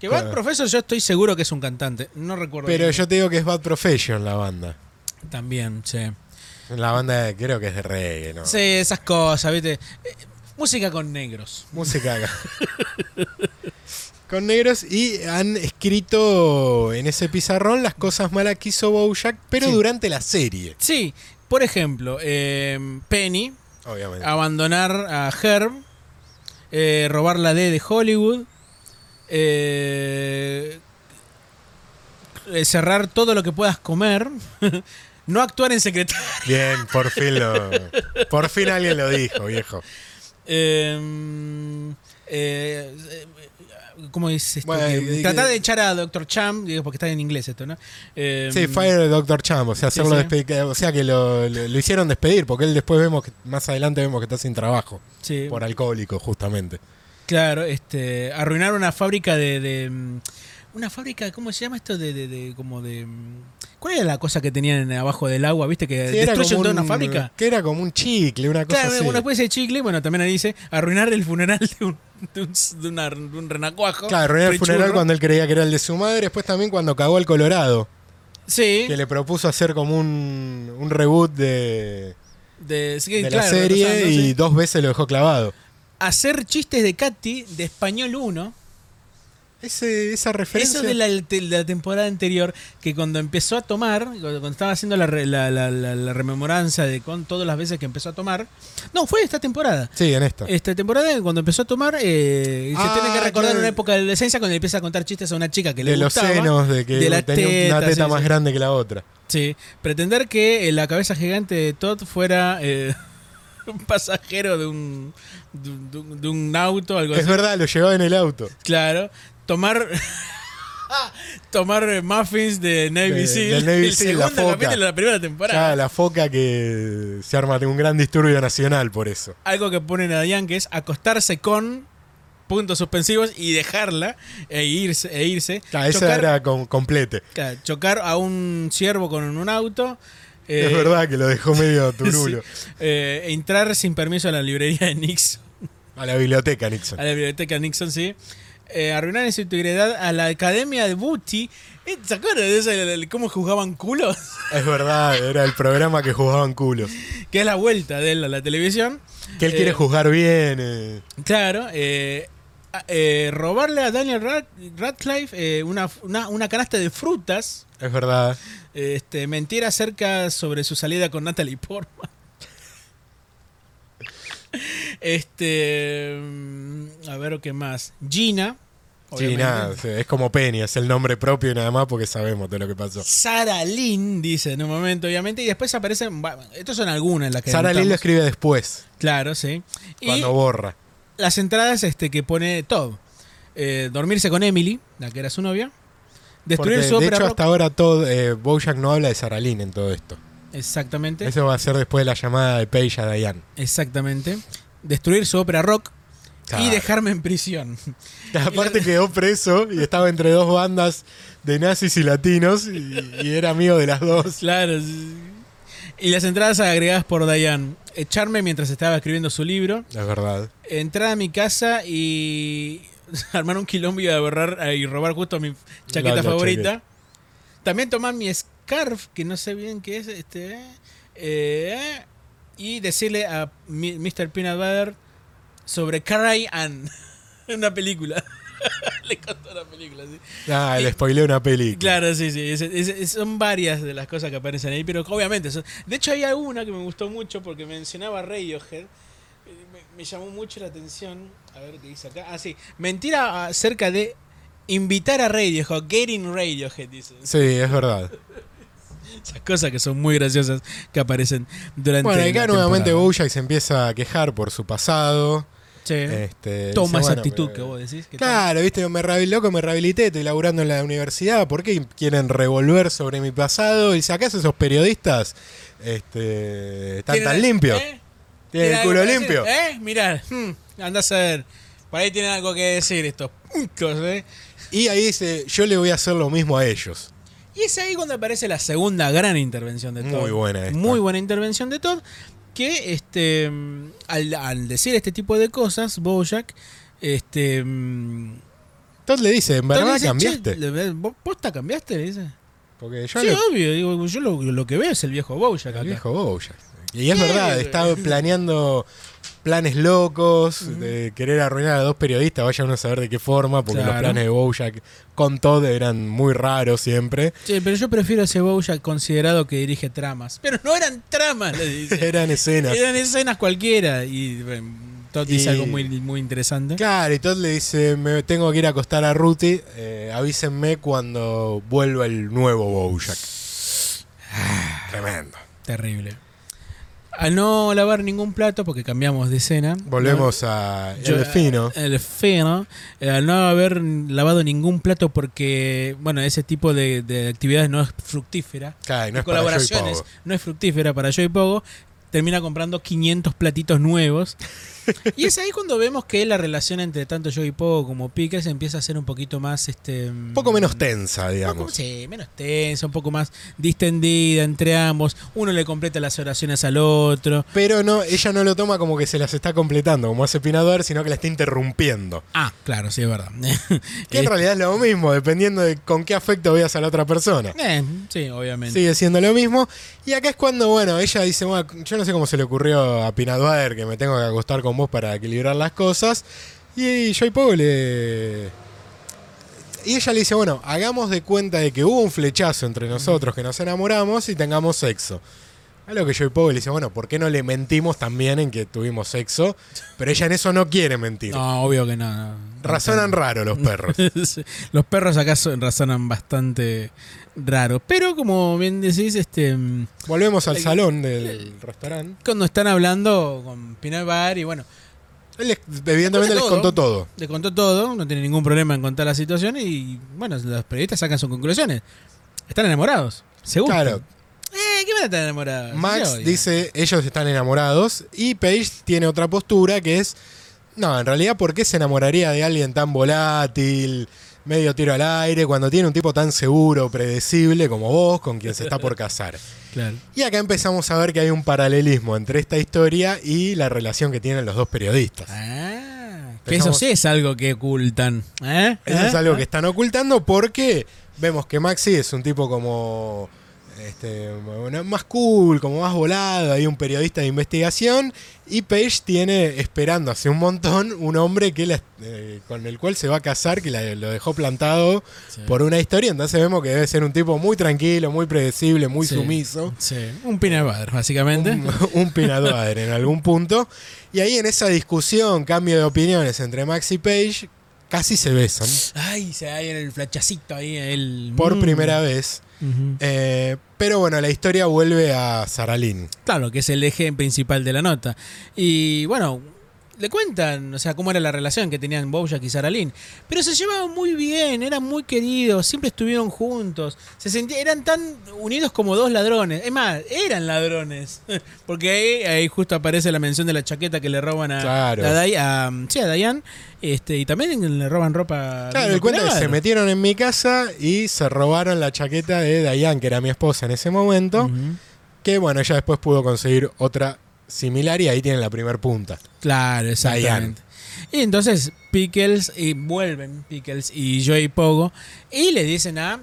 S2: Que Bad
S1: Claro.
S2: Professor yo estoy seguro que es un cantante. No recuerdo.
S1: pero
S2: bien.
S1: yo te digo que es Bad Profession la banda.
S2: También, sí.
S1: Ah. La banda de- creo que es de reggae, ¿no?
S2: Sí, esas cosas, ¿viste? Eh, música con negros.
S1: Música acá. Con negros y han escrito en ese pizarrón las cosas malas que hizo Bojack, pero
S2: Sí.
S1: durante la serie.
S2: Sí, por ejemplo, eh, Penny,
S1: Obviamente.
S2: Ah. abandonar a Herb, eh, robar la D de Hollywood, eh, eh, cerrar todo lo que puedas comer, no actuar en secretario.
S1: Bien, por fin lo. Por fin alguien lo dijo, viejo.
S2: em, Eh, eh, eh, ¿Cómo es esto?
S1: Bueno,
S2: Que-
S1: y- y-
S2: Tratá de echar a Dr. Cham, digo, porque está en inglés esto, ¿no? Eh,
S1: Sí, Fire Doctor Champ, o sea,
S2: Sí,
S1: hacerlo
S2: sí.
S1: despe- que- o sea que lo, lo- lo hicieron despedir, porque él después vemos que, más adelante vemos que está sin trabajo,
S2: sí,
S1: por alcohólico, justamente.
S2: claro, este, arruinar una fábrica de, de, mm, una fábrica, ¿cómo se llama esto? De, de, de- como de, mm, ¿cuál era la cosa que tenían abajo del agua? ¿Viste que
S1: Sí,
S2: Eh, destruyen
S1: como
S2: toda una
S1: un-
S2: fábrica?
S1: Que era como un chicle, una cosa
S2: Claro,
S1: así.
S2: una especie de chicle, bueno, también ahí dice arruinar el funeral de un, de un, de una- de un renacuajo.
S1: Claro, arruinar el funeral
S2: Rechurro.
S1: cuando él creía que era el de su madre, después también cuando cagó al Colorado,
S2: Sí,
S1: que le propuso hacer como un, un reboot de,
S2: de, sí,
S1: de
S2: claro,
S1: la serie
S2: retrasando,
S1: y
S2: sí.
S1: dos veces lo dejó clavado.
S2: Hacer chistes de Katy de español 1.
S1: Ese, esa referencia...
S2: Eso de la, de la temporada anterior, que cuando empezó a tomar, cuando estaba haciendo la, re- la- la- la- la rememoranza de con todas las veces que empezó a tomar. No, fue esta temporada.
S1: Sí, en esta.
S2: Esta temporada, cuando empezó a tomar, eh,
S1: Ah,
S2: se tiene que recordar
S1: claro.
S2: una época de la adolescencia cuando le empieza a contar chistes a una chica que
S1: de
S2: le
S1: los
S2: gustaba.
S1: senos, de que
S2: de la
S1: tenía una
S2: teta,
S1: teta
S2: sí,
S1: más
S2: sí.
S1: grande que la otra.
S2: Sí, pretender que eh, la cabeza gigante de Todd fuera eh, un pasajero de un, de, un- de un- de un auto, algo
S1: Es
S2: así.
S1: verdad, lo llevaba en el auto.
S2: Claro, tomar tomar eh, muffins de Navy
S1: De- del
S2: Seal.
S1: Navy
S2: el
S1: Seal, la
S2: segundo
S1: foca.
S2: capítulo de la primera temporada.
S1: Ya, la foca que se arma de un gran disturbio nacional por eso.
S2: Algo que ponen a Diane que es acostarse con puntos suspensivos y dejarla e irse e irse.
S1: Ya, Ah, esa
S2: chocar,
S1: era con, complete.
S2: claro, chocar a un ciervo con un auto.
S1: es
S2: eh,
S1: verdad que lo dejó medio turulo.
S2: Sí. Eh, entrar sin permiso a la librería de Nixon,
S1: A la biblioteca, Nixon.
S2: a la biblioteca Nixon, sí. Eh, arruinar en su integridad a la academia de Booty. Eh, ¿Se acuerdan de esa- el- el- cómo juzgaban culos?
S1: Es verdad, era el programa que juzgaban culos.
S2: que es la vuelta de él a la televisión.
S1: Que él
S2: Eh,
S1: quiere juzgar bien. eh.
S2: Claro, eh, a- eh, robarle a Daniel Rad- Radcliffe eh, una, una- una canasta de frutas.
S1: Es verdad.
S2: Este, mentir acerca sobre su salida con Natalie Portman. Este. mm, A ver qué más. Gina.
S1: Sí,
S2: obviamente.
S1: nada, sí, es como Penny, es el nombre propio y nada más porque sabemos de lo que pasó.
S2: Sara Lynn dice en un momento, obviamente. Y después aparecen. bueno, Estos son algunas las que.
S1: Sara Lee lo
S2: anotamos.
S1: escribe después,
S2: Claro, sí. Y
S1: cuando borra.
S2: las entradas este, que pone Todd. Eh, dormirse con Emily, la que era su novia. Destruir
S1: Porque,
S2: su
S1: de
S2: ópera.
S1: hecho,
S2: rock.
S1: hasta ahora todo, eh, Bojack no habla de Sara Lee en todo esto.
S2: Exactamente.
S1: Eso va a ser después de la llamada de Paige a Diane.
S2: Exactamente. Destruir su ópera rock.
S1: Claro.
S2: Y dejarme en prisión.
S1: Aparte quedó preso y estaba entre dos bandas de nazis y latinos y, y era amigo de las dos.
S2: Claro. sí. Y las entradas agregadas por Diane. Echarme mientras estaba escribiendo su libro.
S1: Es verdad.
S2: Entrar a mi casa y armar un quilombo y, agarrar- eh, y robar justo mi chaqueta
S1: La- la
S2: favorita. También tomar mi scarf, que no sé bien qué es. este eh, Y decirle a mi- Mr. Peanut Butter sobre Carrie Ann. Una película. Le contó una película, sí.
S1: Ah, le spoilé una película.
S2: Claro, sí, sí. es- es- son varias de las cosas que aparecen ahí, pero obviamente. son- de hecho, hay alguna que me gustó mucho porque mencionaba Radiohead. eh, Me, me llamó mucho la atención. A ver qué dice acá. Ah, sí. Mentira acerca de invitar a Radiohead. Getting Radiohead, dice.
S1: Sí, es verdad.
S2: Esas cosas que son muy graciosas que aparecen durante.
S1: Bueno, acá
S2: la
S1: nuevamente
S2: temporada.
S1: Bojack se empieza a quejar por su pasado.
S2: Sí.
S1: Este, dice,
S2: Toma esa
S1: bueno,
S2: actitud
S1: eh,
S2: que vos decís. que
S1: Claro, viste, me rehabil- loco, me rehabilité, estoy laburando en la universidad, ¿por qué quieren revolver sobre mi pasado? Y si acaso esos periodistas este, están
S2: Tienen-
S1: tan limpios,
S2: ¿Eh?
S1: tienen el
S2: algo
S1: culo
S2: que decir?
S1: limpio.
S2: ¿Eh? Mirá, hmm, andás a ver. Por ahí tienen algo que decir estos putos, ¿eh?
S1: Y ahí dice, yo le voy a hacer lo mismo a ellos.
S2: Y es ahí cuando aparece la segunda gran intervención de Todd.
S1: Muy buena esta.
S2: Muy buena intervención de Todd. Que este mm, al, al decir este tipo de cosas, Bojack, este. mm,
S1: Todd le dice, ¿en verdad
S2: Todd dice,
S1: cambiaste?
S2: "Che, le- ¿Vos posta cambiaste? Le dice.
S1: Porque yo
S2: sí,
S1: le
S2: obvio. digo, yo lo, lo que veo es el viejo Bojack acá.
S1: el viejo Bojack. Y es
S2: Sí,
S1: verdad,
S2: güey.
S1: está planeando planes locos, de querer arruinar a dos periodistas, vaya uno a saber de qué forma, porque los
S2: Claro.
S1: planes de Bojack con Todd eran muy raros siempre.
S2: Che, pero yo prefiero ese Bojack considerado que dirige tramas. Pero no eran tramas, le dice.
S1: Eran escenas.
S2: Eran escenas cualquiera. Y bueno, Todd dice
S1: Y-
S2: algo muy, muy interesante.
S1: Claro, y Todd le dice, me tengo que ir a acostar a Ruti, eh, avísenme cuando vuelva el nuevo Bojack. Tremendo.
S2: Terrible. Al no lavar ningún plato, porque cambiamos de escena.
S1: Volvemos a
S2: Yo-
S1: el fino.
S2: El fino. eh, Al no haber lavado ningún plato porque, bueno, ese tipo de, de actividades no es fructífera.
S1: Claro, y no
S2: de
S1: es para Joy
S2: colaboraciones
S1: Pogo.
S2: no es fructífera para Joy Pogo. Termina comprando 500 platitos nuevos. y es ahí cuando vemos que la relación entre tanto Joy Pogo como Pickles empieza a ser un poquito más. Este,
S1: Un poco menos tensa,
S2: poco-
S1: digamos.
S2: sí, menos tensa, un poco más distendida entre ambos. Uno le completa las oraciones al otro.
S1: Pero no, ella no lo toma como que se las está completando, como hace Pinador, sino que la está interrumpiendo.
S2: Ah, claro, sí, es verdad.
S1: Que en
S2: Eh,
S1: realidad es lo mismo, dependiendo de con qué afecto veas a la otra persona.
S2: eh, sí, obviamente.
S1: Sigue siendo lo mismo. Y acá es cuando, bueno, ella dice, bueno, yo no sé cómo se le ocurrió a Pinaduader que me tengo que acostar con vos para equilibrar las cosas. Y Joy Pogo le... Y ella le dice, bueno, hagamos de cuenta de que hubo un flechazo entre nosotros, que nos enamoramos y tengamos sexo. A lo que Joy Pogo le dice, bueno, ¿por qué no le mentimos también en que tuvimos sexo? Pero ella en eso no quiere mentir.
S2: No, obvio que no. no.
S1: Razonan raro los perros.
S2: Sí, Los perros acá son- razonan bastante raro. Pero como bien decís, este mm,
S1: Volvemos al
S2: El-
S1: salón del restaurante.
S2: cuando están hablando con Pinal Bar y bueno,
S1: Él les- evidentemente
S2: Cuenta
S1: les
S2: todo.
S1: contó todo.
S2: le contó todo, no tiene ningún problema en contar la situación y bueno, los periodistas sacan sus conclusiones. Están enamorados, seguro.
S1: Claro,
S2: Eh, ¿Qué van a estar enamorados? Se
S1: Max
S2: odian.
S1: dice, ellos están enamorados y Paige tiene otra postura que es, no, en realidad, ¿por qué se enamoraría de alguien tan volátil, medio tiro al aire, cuando tiene un tipo tan seguro, predecible como vos, con quien se está por casar?
S2: Claro.
S1: Y acá empezamos a ver que hay un paralelismo entre esta historia y la relación que tienen los dos periodistas.
S2: Ah, que eso
S1: Pensamos-
S2: sí es algo que ocultan. ¿eh?
S1: Eso
S2: ¿Eh?
S1: es algo que están ocultando porque vemos que Maxi es un tipo como este, bueno, más cool, como más volado, hay un periodista de investigación y Paige tiene esperando hace un montón un hombre que la- eh, con el cual se va a casar, que la- lo dejó plantado
S2: Sí.
S1: por una historia, entonces vemos que debe ser un tipo muy tranquilo, muy predecible, muy
S2: Sí.
S1: sumiso.
S2: Sí, un Pinal Bar, básicamente.
S1: Un, un Pinaduader en algún punto. Y ahí en esa discusión, cambio de opiniones entre Max y Paige, casi se besan
S2: Ay, se da ahí en el flachacito ahí el
S1: por
S2: Mm.
S1: primera vez.
S2: Ujú.
S1: Eh, pero bueno, la historia vuelve a Saralín.
S2: Claro, que es el eje principal de la nota. Y bueno, le cuentan, o sea, cómo era la relación que tenían Bojack y Saralín. Pero se llevaban muy bien, eran muy queridos, siempre estuvieron juntos. Se sentían, eran tan unidos como dos ladrones. Es más, eran ladrones. Porque ahí, ahí justo aparece la mención de la chaqueta que le roban a,
S1: Claro.
S2: a Day- a- sí, a Dayan. Este, y también le roban ropa. a
S1: Claro,
S2: Domingo
S1: el cuento es que
S2: Pinabar.
S1: se metieron en mi casa y se robaron la chaqueta de Dayan, que era mi esposa en ese momento.
S2: Ujú.
S1: Que bueno, ella después pudo conseguir otra similar y ahí tienen la primer punta.
S2: Claro, exactamente. Y entonces Pickles y vuelven Pickles y Joey Pogo y le dicen a,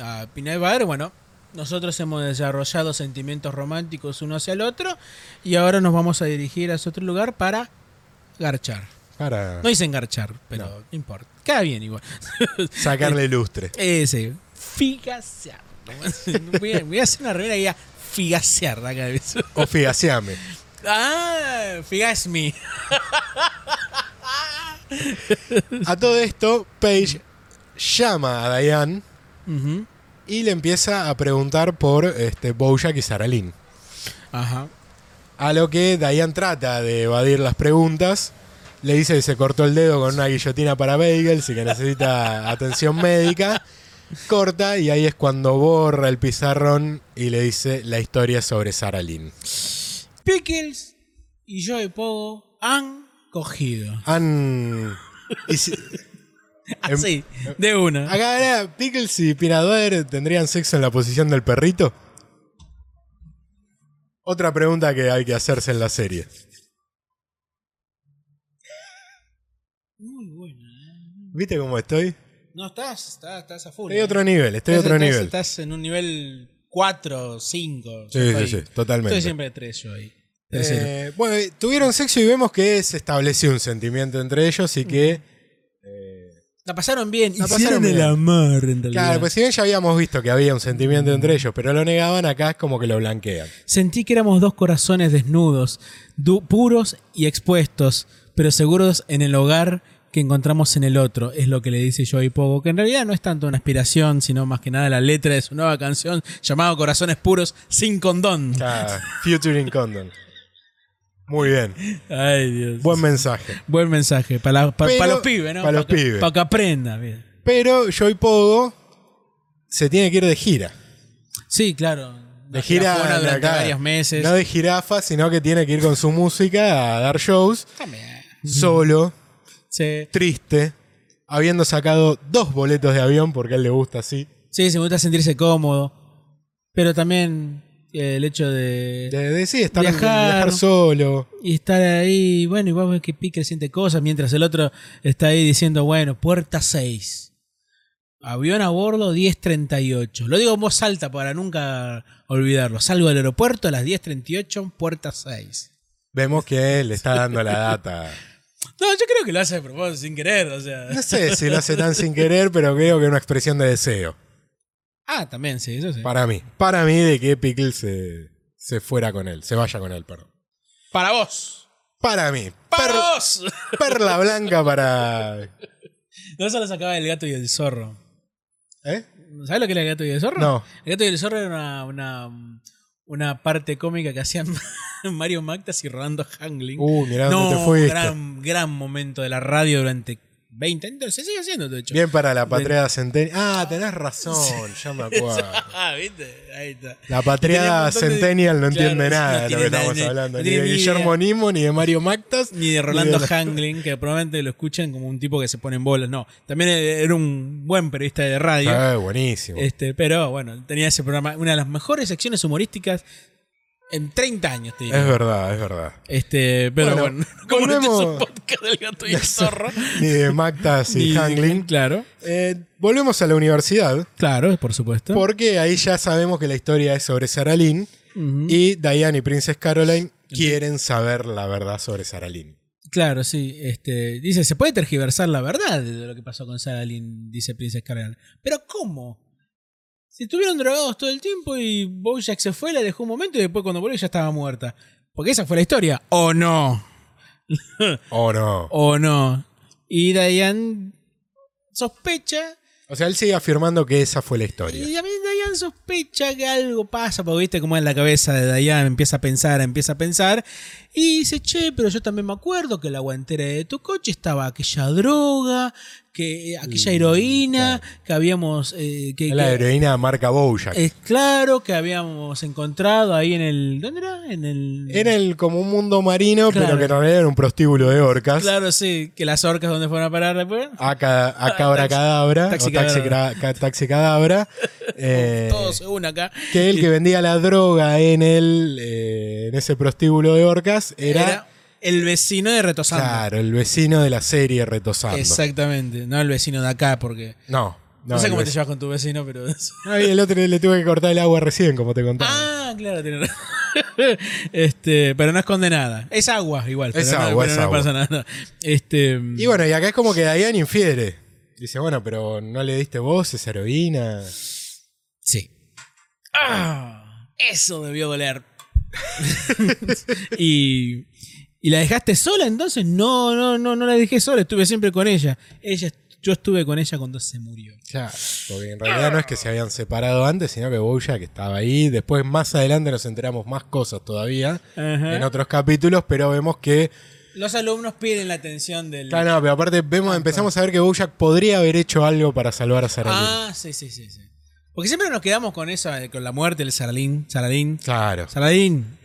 S2: a Pinay Bader, bueno, nosotros hemos desarrollado sentimientos románticos uno hacia el otro y ahora nos vamos a dirigir a ese otro lugar para garchar.
S1: Para
S2: No dicen garchar, pero no,
S1: No.
S2: importa. Queda bien igual.
S1: sacarle lustre.
S2: Ese, figasear. Voy a, voy a hacer una revera que diga figasear. acá.
S1: O figaseame.
S2: Ah, figas me.
S1: A todo esto, Paige llama a Dayan
S2: Ujú.
S1: y le empieza a preguntar por este, Bojack y Saralín.
S2: Ajá.
S1: A lo que Diane trata de evadir las preguntas. Le dice que se cortó el dedo con una guillotina para bagels y que necesita atención médica. Corta y ahí es cuando borra el pizarrón y le dice la historia sobre Sarah Lynn.
S2: Pickles y Joey Pogo han cogido.
S1: Han. y si- Em-
S2: Así, de una.
S1: Acá ahora, Pickles y Pinadoer tendrían sexo en la posición del perrito. Otra pregunta que hay que hacerse en la serie.
S2: Muy buena.
S1: ¿Viste cómo estoy?
S2: No, estás, estás, estás a full.
S1: Estoy
S2: eh.
S1: a otro nivel, estoy a
S2: Estás-
S1: otro
S2: estás-
S1: nivel.
S2: Estás en un nivel 4, 5.
S1: Sí, sí, sí, totalmente.
S2: Estoy siempre 3 yo ahí. Tercero.
S1: Eh, bueno, eh, tuvieron sexo y vemos que se estableció un sentimiento entre ellos y que.
S2: Mm, la pasaron bien.
S1: la pasaron bien.
S2: amor en realidad.
S1: Claro, pues si bien ya habíamos visto que había un sentimiento
S2: Mm.
S1: entre ellos, pero lo negaban, acá es como que lo blanquean.
S2: Sentí que éramos dos corazones desnudos, du- puros y expuestos, pero seguros en el hogar que encontramos en el otro, es lo que le dice Joey Pogo, que en realidad no es tanto una aspiración, sino más que nada la letra de su nueva canción llamada Corazones Puros sin Condón.
S1: Acá, Futuring Condom. Muy bien.
S2: Ay, Dios.
S1: Buen mensaje.
S2: Buen mensaje. Para
S1: Pero-
S2: los pibes, ¿no?
S1: pa' los
S2: que-
S1: pibes.
S2: pa' que aprendan. bien.
S1: Pero Joy Pogo se tiene que ir de gira.
S2: Sí, claro.
S1: De
S2: La
S1: gira
S2: fuera
S1: de
S2: durante
S1: acá.
S2: varios meses.
S1: No de jirafa, sino que tiene que ir con su música a dar shows.
S2: También.
S1: Solo,
S2: Sí.
S1: triste, habiendo sacado dos boletos de avión porque a él le gusta así.
S2: sí, se me gusta sentirse cómodo. Pero también eh, el hecho de,
S1: De, de- sí, estar
S2: Viajar.
S1: viajar solo.
S2: y estar ahí, bueno, y vos ves que Picker siente cosas, mientras el otro está ahí diciendo, bueno, puerta 6. Avión a bordo 10.38. Lo digo en voz alta para nunca olvidarlo. Salgo del aeropuerto a las 10.38, puerta 6.
S1: Vemos que él le está dando la data.
S2: No, yo creo que lo hace de propósito, sin querer, o sea.
S1: No sé si lo hace tan sin querer, pero creo que es una expresión de deseo.
S2: Ah, también, sí, eso sí.
S1: Para mí. Para mí de que Pickle se, se fuera con él, se vaya con él, perdón.
S2: Para vos.
S1: Para mí.
S2: Para
S1: Per-
S2: vos.
S1: perla blanca para...
S2: No se lo sacaba el gato y el zorro.
S1: ¿Eh?
S2: ¿Sabes lo que era el gato y el zorro?
S1: No.
S2: El gato y el zorro era una, una, una parte cómica que hacían Mario Magdas y Rolando Hangling.
S1: Uh, mirá dónde te
S2: no,
S1: fuiste.
S2: gran, gran momento de la radio durante 20 años. Se sigue haciendo, de hecho.
S1: Bien para la patriada centenaria. Ah, tenés razón, ya me acuerdo.
S2: Ah, ¿viste? Ahí está.
S1: La
S2: Tenía un
S1: patriada
S2: montón de-
S1: centennial no entiende
S2: Claro,
S1: nada
S2: no
S1: de lo
S2: tiene
S1: que
S2: nada,
S1: estamos
S2: no-
S1: hablando.
S2: no
S1: ni de
S2: tiene ni
S1: Guillermo
S2: idea.
S1: Nimo, ni de Mario Mactas.
S2: Ni de Rolando
S1: la-
S2: Hangling, que probablemente lo escuchan como un tipo que se pone en bolas. No, también e, era un buen periodista de radio.
S1: Ah, buenísimo.
S2: Este, pero bueno, tenía ese programa, una de las mejores secciones humorísticas en 30 años, te digo.
S1: Es verdad, es verdad.
S2: Este, pero
S1: Bueno,
S2: bueno, como no este es un
S1: volvemos-
S2: podcast del gato y el zorro.
S1: Ni de Mactas y
S2: ni-
S1: Hangling.
S2: Claro,
S1: Eh, volvemos a la universidad,
S2: claro, por supuesto.
S1: porque ahí ya sabemos que la historia es sobre Sarah Lynn
S2: Ujú.
S1: y Diane y Princess Caroline quieren saber la verdad sobre Sarah Lynn.
S2: Claro, sí. Este, dice, se puede tergiversar la verdad de lo que pasó con Sarah Lynn, dice Princess Caroline. Pero ¿cómo? Si estuvieron drogados todo el tiempo y Bojack se fue, la dejó un momento y después cuando volvió ya estaba muerta. Porque esa fue la historia. ¿O no?
S1: ¿O no?
S2: ¿O no? Y Diane sospecha
S1: O sea, él sigue afirmando que esa fue la historia.
S2: Y a mí Dayan sospecha que algo pasa, porque viste cómo es la cabeza de Dayan, empieza a pensar, empieza a pensar, y dice, che, pero yo también me acuerdo que en la guantera de tu coche estaba aquella droga, que eh, aquella
S1: Mm,
S2: heroína, que habíamos... eh, que,
S1: Es la
S2: que- Eh,
S1: heroína marca Bojack.
S2: es claro que habíamos encontrado ahí en el... ¿Dónde era? En el...
S1: Era el, como un mundo marino,
S2: Claro.
S1: pero que en realidad era un prostíbulo de orcas.
S2: Claro, sí, que las orcas donde fueron a parar después.
S1: Aca- Acabra
S2: Ah, taxi-
S1: Cadabra,
S2: taxi
S1: o taxi,
S2: cadabra.
S1: cra- ca- taxi Cadabra, eh,
S2: Todos se unen acá.
S1: que el que vendía la droga en, el, eh, en ese prostíbulo de orcas era,
S2: Era, el vecino de Retosando.
S1: claro, el vecino de la serie retosando.
S2: Exactamente, no el vecino de acá, porque...
S1: No, no,
S2: No, sé
S1: el
S2: cómo te
S1: vecino.
S2: llevas con tu vecino, pero.
S1: Ay, el otro le tuve que cortar el agua recién, como te contaba.
S2: ah, claro, tiene razón. este, pero no esconde nada. Es agua, igual.
S1: Es
S2: pero no-
S1: agua,
S2: pero
S1: es
S2: no
S1: agua.
S2: pasa nada. Este,
S1: Y bueno, y acá es como que Diane infiere. Dice, bueno, pero no le diste vos esa heroína.
S2: Sí. Ah, eso debió doler. y. ¿Y la dejaste sola entonces? No, no, no, no la dejé sola, estuve siempre con ella. Ella, yo estuve con ella cuando se murió.
S1: Claro, porque en realidad no es que se habían separado antes, sino que Bojack estaba ahí. Después, más adelante, nos enteramos más cosas todavía
S2: Ajá.
S1: en otros capítulos, pero vemos que.
S2: Los alumnos piden la atención del.
S1: Claro, no, pero aparte vemos, empezamos a ver que Bojack podría haber hecho algo para salvar a Sarah Lynn.
S2: Ah, sí, sí, sí, sí. Porque siempre nos quedamos con eso, eh, con la muerte del Saralín, Saralín,
S1: Claro.
S2: Saralín.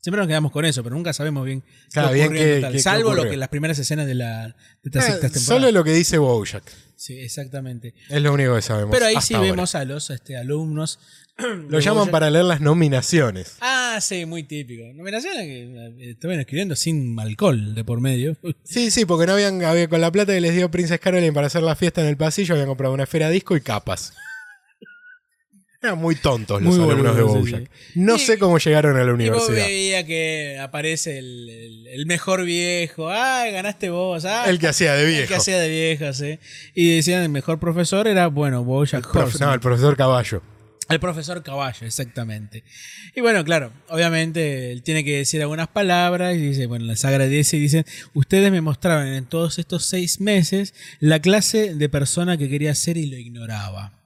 S2: Siempre nos quedamos con eso, pero nunca sabemos bien qué
S1: Claro, bien
S2: ocurrió en
S1: qué-
S2: total,
S1: qué- qué
S2: salvo lo
S1: ocurrió.
S2: que las primeras escenas de, la, de estas
S1: Ah,
S2: sextas temporadas.
S1: solo lo que dice Bojack.
S2: Sí, exactamente.
S1: Es lo único que sabemos.
S2: Pero ahí
S1: hasta
S2: sí
S1: ahora.
S2: vemos a los este, alumnos.
S1: Lo llaman para leer las nominaciones.
S2: Ah, sí, muy típico. Nominaciones que eh, estuvieron escribiendo sin alcohol de por medio.
S1: Sí, sí, porque no habían, había- con la plata que les dio Princess Caroline para hacer la fiesta en el pasillo, habían comprado una esfera disco y capas. Eran muy tontos los
S2: Muy
S1: alumnos de
S2: boludos, sí,
S1: Bojack. No
S2: Y-
S1: sé cómo llegaron a la
S2: Y vos
S1: universidad.
S2: veía que aparece el, el- el mejor viejo. Ay, ganaste vos. Ay,
S1: El que hacía de
S2: El que
S1: viejo.
S2: hacía de viejas, ¿eh? Y decían el mejor profesor era, bueno, Bojack
S1: Prof-
S2: Horseman.
S1: no, el profesor Caballo.
S2: El profesor Caballo, exactamente. Y bueno, claro, obviamente él tiene que decir algunas palabras y dice, bueno, las agradece y dice, ustedes me mostraron en todos estos seis meses la clase de persona que quería ser y lo ignoraba.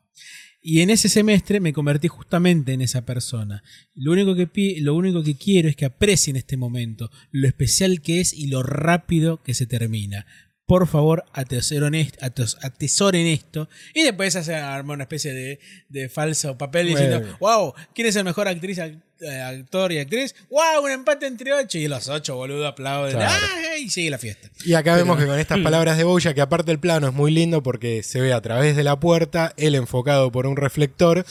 S2: Y en ese semestre me convertí justamente en esa persona. Lo único que, pi- lo único que quiero es que aprecien este momento, lo especial que es y lo rápido que se termina. Por favor, atesoren, est- ates- atesoren esto. Y después hacen armar una especie de, de falso papel
S1: Bueno.
S2: diciendo, wow, ¿quién es el mejor actriz, act- eh, actor y actriz? ¡Wow! Un empate entre ocho. Y los ocho, boludo, aplauden.
S1: Claro.
S2: ¡Ah! Y sigue la fiesta.
S1: Y acá vemos que con
S2: Mm.
S1: estas palabras de Boya, que aparte el plano es muy lindo porque se ve a través de la puerta, él enfocado por un reflector,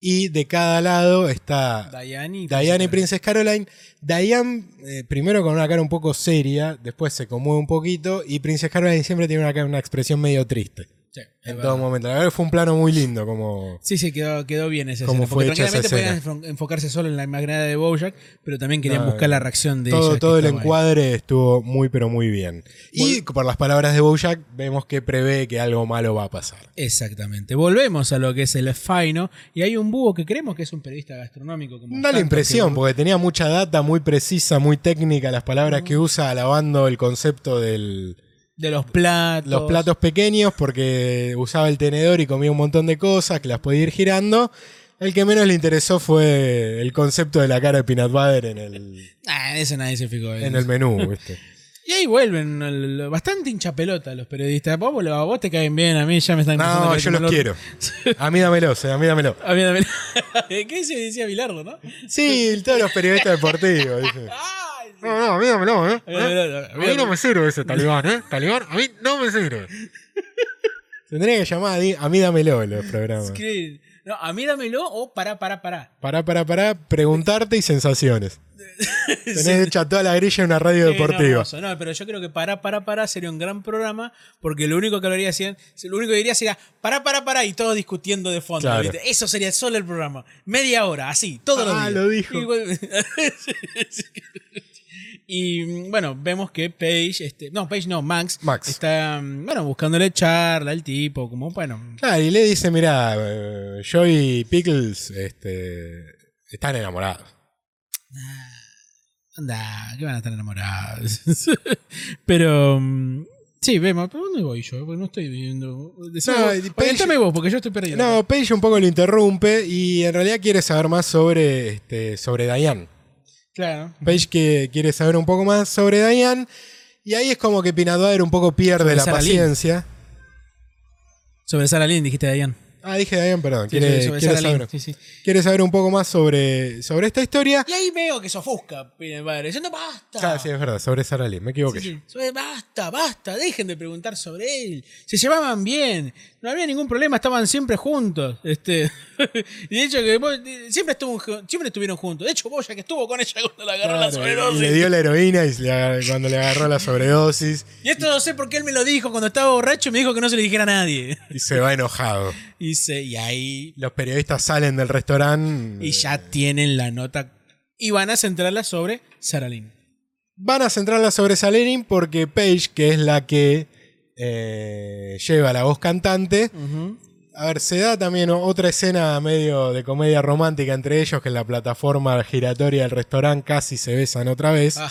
S1: y de cada lado está
S2: Diane y
S1: Diane y Princess Caroline. Diane, eh, primero con una cara un poco seria, después se conmueve un poquito, y Princess Caroline siempre tiene una, cara- una expresión medio triste
S2: Sí, es
S1: en
S2: verdad.
S1: todo momento. La verdad que fue un plano muy lindo, como.
S2: Sí, sí, quedó, quedó bien esa
S1: Como
S2: escena.
S1: fue
S2: Porque
S1: hecha esa
S2: tranquilamente podían enfo- enfocarse solo en la imaginada de Bojack, pero también querían
S1: No,
S2: buscar la reacción de
S1: Todo,
S2: ella. que
S1: todo el
S2: estaba ahí.
S1: encuadre estuvo muy, pero muy bien. Y por las palabras de Bojack, vemos que prevé que algo malo va a pasar.
S2: Exactamente. Volvemos a lo que es el faino. Y hay un búho que creemos que es un periodista gastronómico. Como
S1: Da la
S2: tanto
S1: impresión,
S2: que-
S1: porque tenía mucha data, muy precisa, muy técnica, las palabras que usa alabando el concepto de
S2: De los platos.
S1: los platos pequeños, porque usaba el tenedor y comía un montón de cosas, que las podía ir girando. El que menos le interesó fue el concepto de la cara de peanut butter en el,
S2: Ah, en eso nadie se fijó.
S1: en el menú. ¿viste?
S2: Y ahí vuelven el- bastante hinchapelota los periodistas. Vos, boludo, a vos te caen bien, a mí ya me están empezando a
S1: No,
S2: caer
S1: yo
S2: como
S1: los
S2: el
S1: quiero.
S2: orto.
S1: A mí dámelo, a mí dámelo.
S2: A mí también. ¿Qué se decía Bilardo, no?
S1: Ah. Sí, todos los periodistas deportivos. dice.
S2: Ay,
S1: No, no, a mí dámelo, ¿eh?
S2: A mí dámelo, a mí
S1: A mí no
S2: dámelo.
S1: me sirve ese talibán, ¿eh? Talibán, a mí no me sirve. Tendría que llamar a, di- a mí dámelo los programas.
S2: Screen. No, a mí dámelo o pará, pará, pará.
S1: Pará, pará, pará, preguntarte y sensaciones. Tenés hecha toda la grilla en una radio
S2: Eh, no,
S1: deportiva.
S2: hermoso, no, pero yo creo que pará, pará, pará sería un gran programa porque lo único que lo haría serían- lo único que diría sería pará, pará, pará y todos discutiendo de fondo.
S1: Claro.
S2: ¿viste? Eso sería solo el programa. Media hora, así, todos los
S1: Ah,
S2: días.
S1: lo dijo.
S2: Y, bueno, y, bueno, vemos que Paige, este, no, Paige no, Max,
S1: Max.
S2: está, mm, bueno, buscándole charla al tipo, como, bueno,
S1: Claro, y le dice, mirá, eh, yo y Pickles este, están enamorados.
S2: Anda, que van a estar enamorados. Pero. mm, Sí, vemos, pero ¿dónde voy yo? Porque no estoy viendo. Decime
S1: No,
S2: vos,
S1: y-
S2: orientame vos, porque yo estoy perdiendo.
S1: No, Paige un poco lo interrumpe y en realidad quiere saber más sobre, este, sobre Diane.
S2: Claro.
S1: Paige que quiere saber un poco más sobre Diane y ahí es como que Pinaduader un poco pierde
S2: Sobre
S1: la
S2: Sarah Lynn.
S1: paciencia.
S2: Sobre Sara Lynn, dijiste Dayan.
S1: Ah, dije Diane, perdón. quiere,
S2: sobre
S1: quiere
S2: Sara Lynn,
S1: saber,
S2: sí, sí.
S1: quiere saber un poco más sobre, sobre esta historia.
S2: Y ahí veo que se ofusca, Pina Padre. Diciendo, basta.
S1: Ah, sí, es verdad, sobre Sarah Lee, me equivoqué.
S2: Sí, sí. Sobre- Basta, basta, dejen de preguntar sobre él. Se llevaban bien, no había ningún problema, estaban siempre juntos. Este, y de hecho que vos- eh, siempre, estuvo, siempre estuvieron juntos. De hecho, vos ya que estuvo con ella cuando la agarró la
S1: Claro,
S2: sobredosis.
S1: y le dio la heroína y le agar- cuando le agarró la sobredosis
S2: Y esto no sé por qué él me lo dijo cuando estaba borracho, me dijo que no se lo dijera a nadie.
S1: y se va enojado.
S2: Y, se- y ahí.
S1: Los periodistas salen del restaurante.
S2: Y ya tienen la nota. Y van a centrarla sobre Saralín.
S1: Van a centrarla sobre Salerin porque Paige, que es la que eh, lleva la voz cantante, A ver, se da también o- otra escena medio de comedia romántica entre ellos, que en la plataforma giratoria del restaurante casi se besan otra vez.
S2: Ah.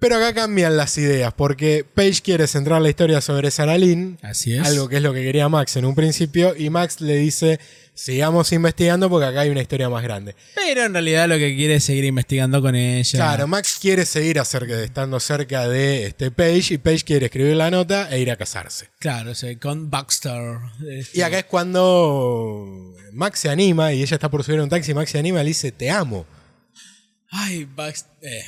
S1: Pero acá cambian las ideas, porque Paige quiere centrar la historia sobre Sarah Lynn,
S2: Así es.
S1: algo que es lo que quería Max en un principio, y Max le dice, sigamos investigando porque acá hay una historia más grande.
S2: Pero en realidad lo que quiere es seguir investigando con ella.
S1: Claro, Max quiere seguir acerca- estando cerca de este Paige, y Paige quiere escribir la nota e ir a casarse.
S2: Claro, o sea, con Baxter.
S1: Y acá es cuando Max se anima y ella está por subir a un taxi. Max se anima y le dice: Te amo.
S2: Ay, Baxter.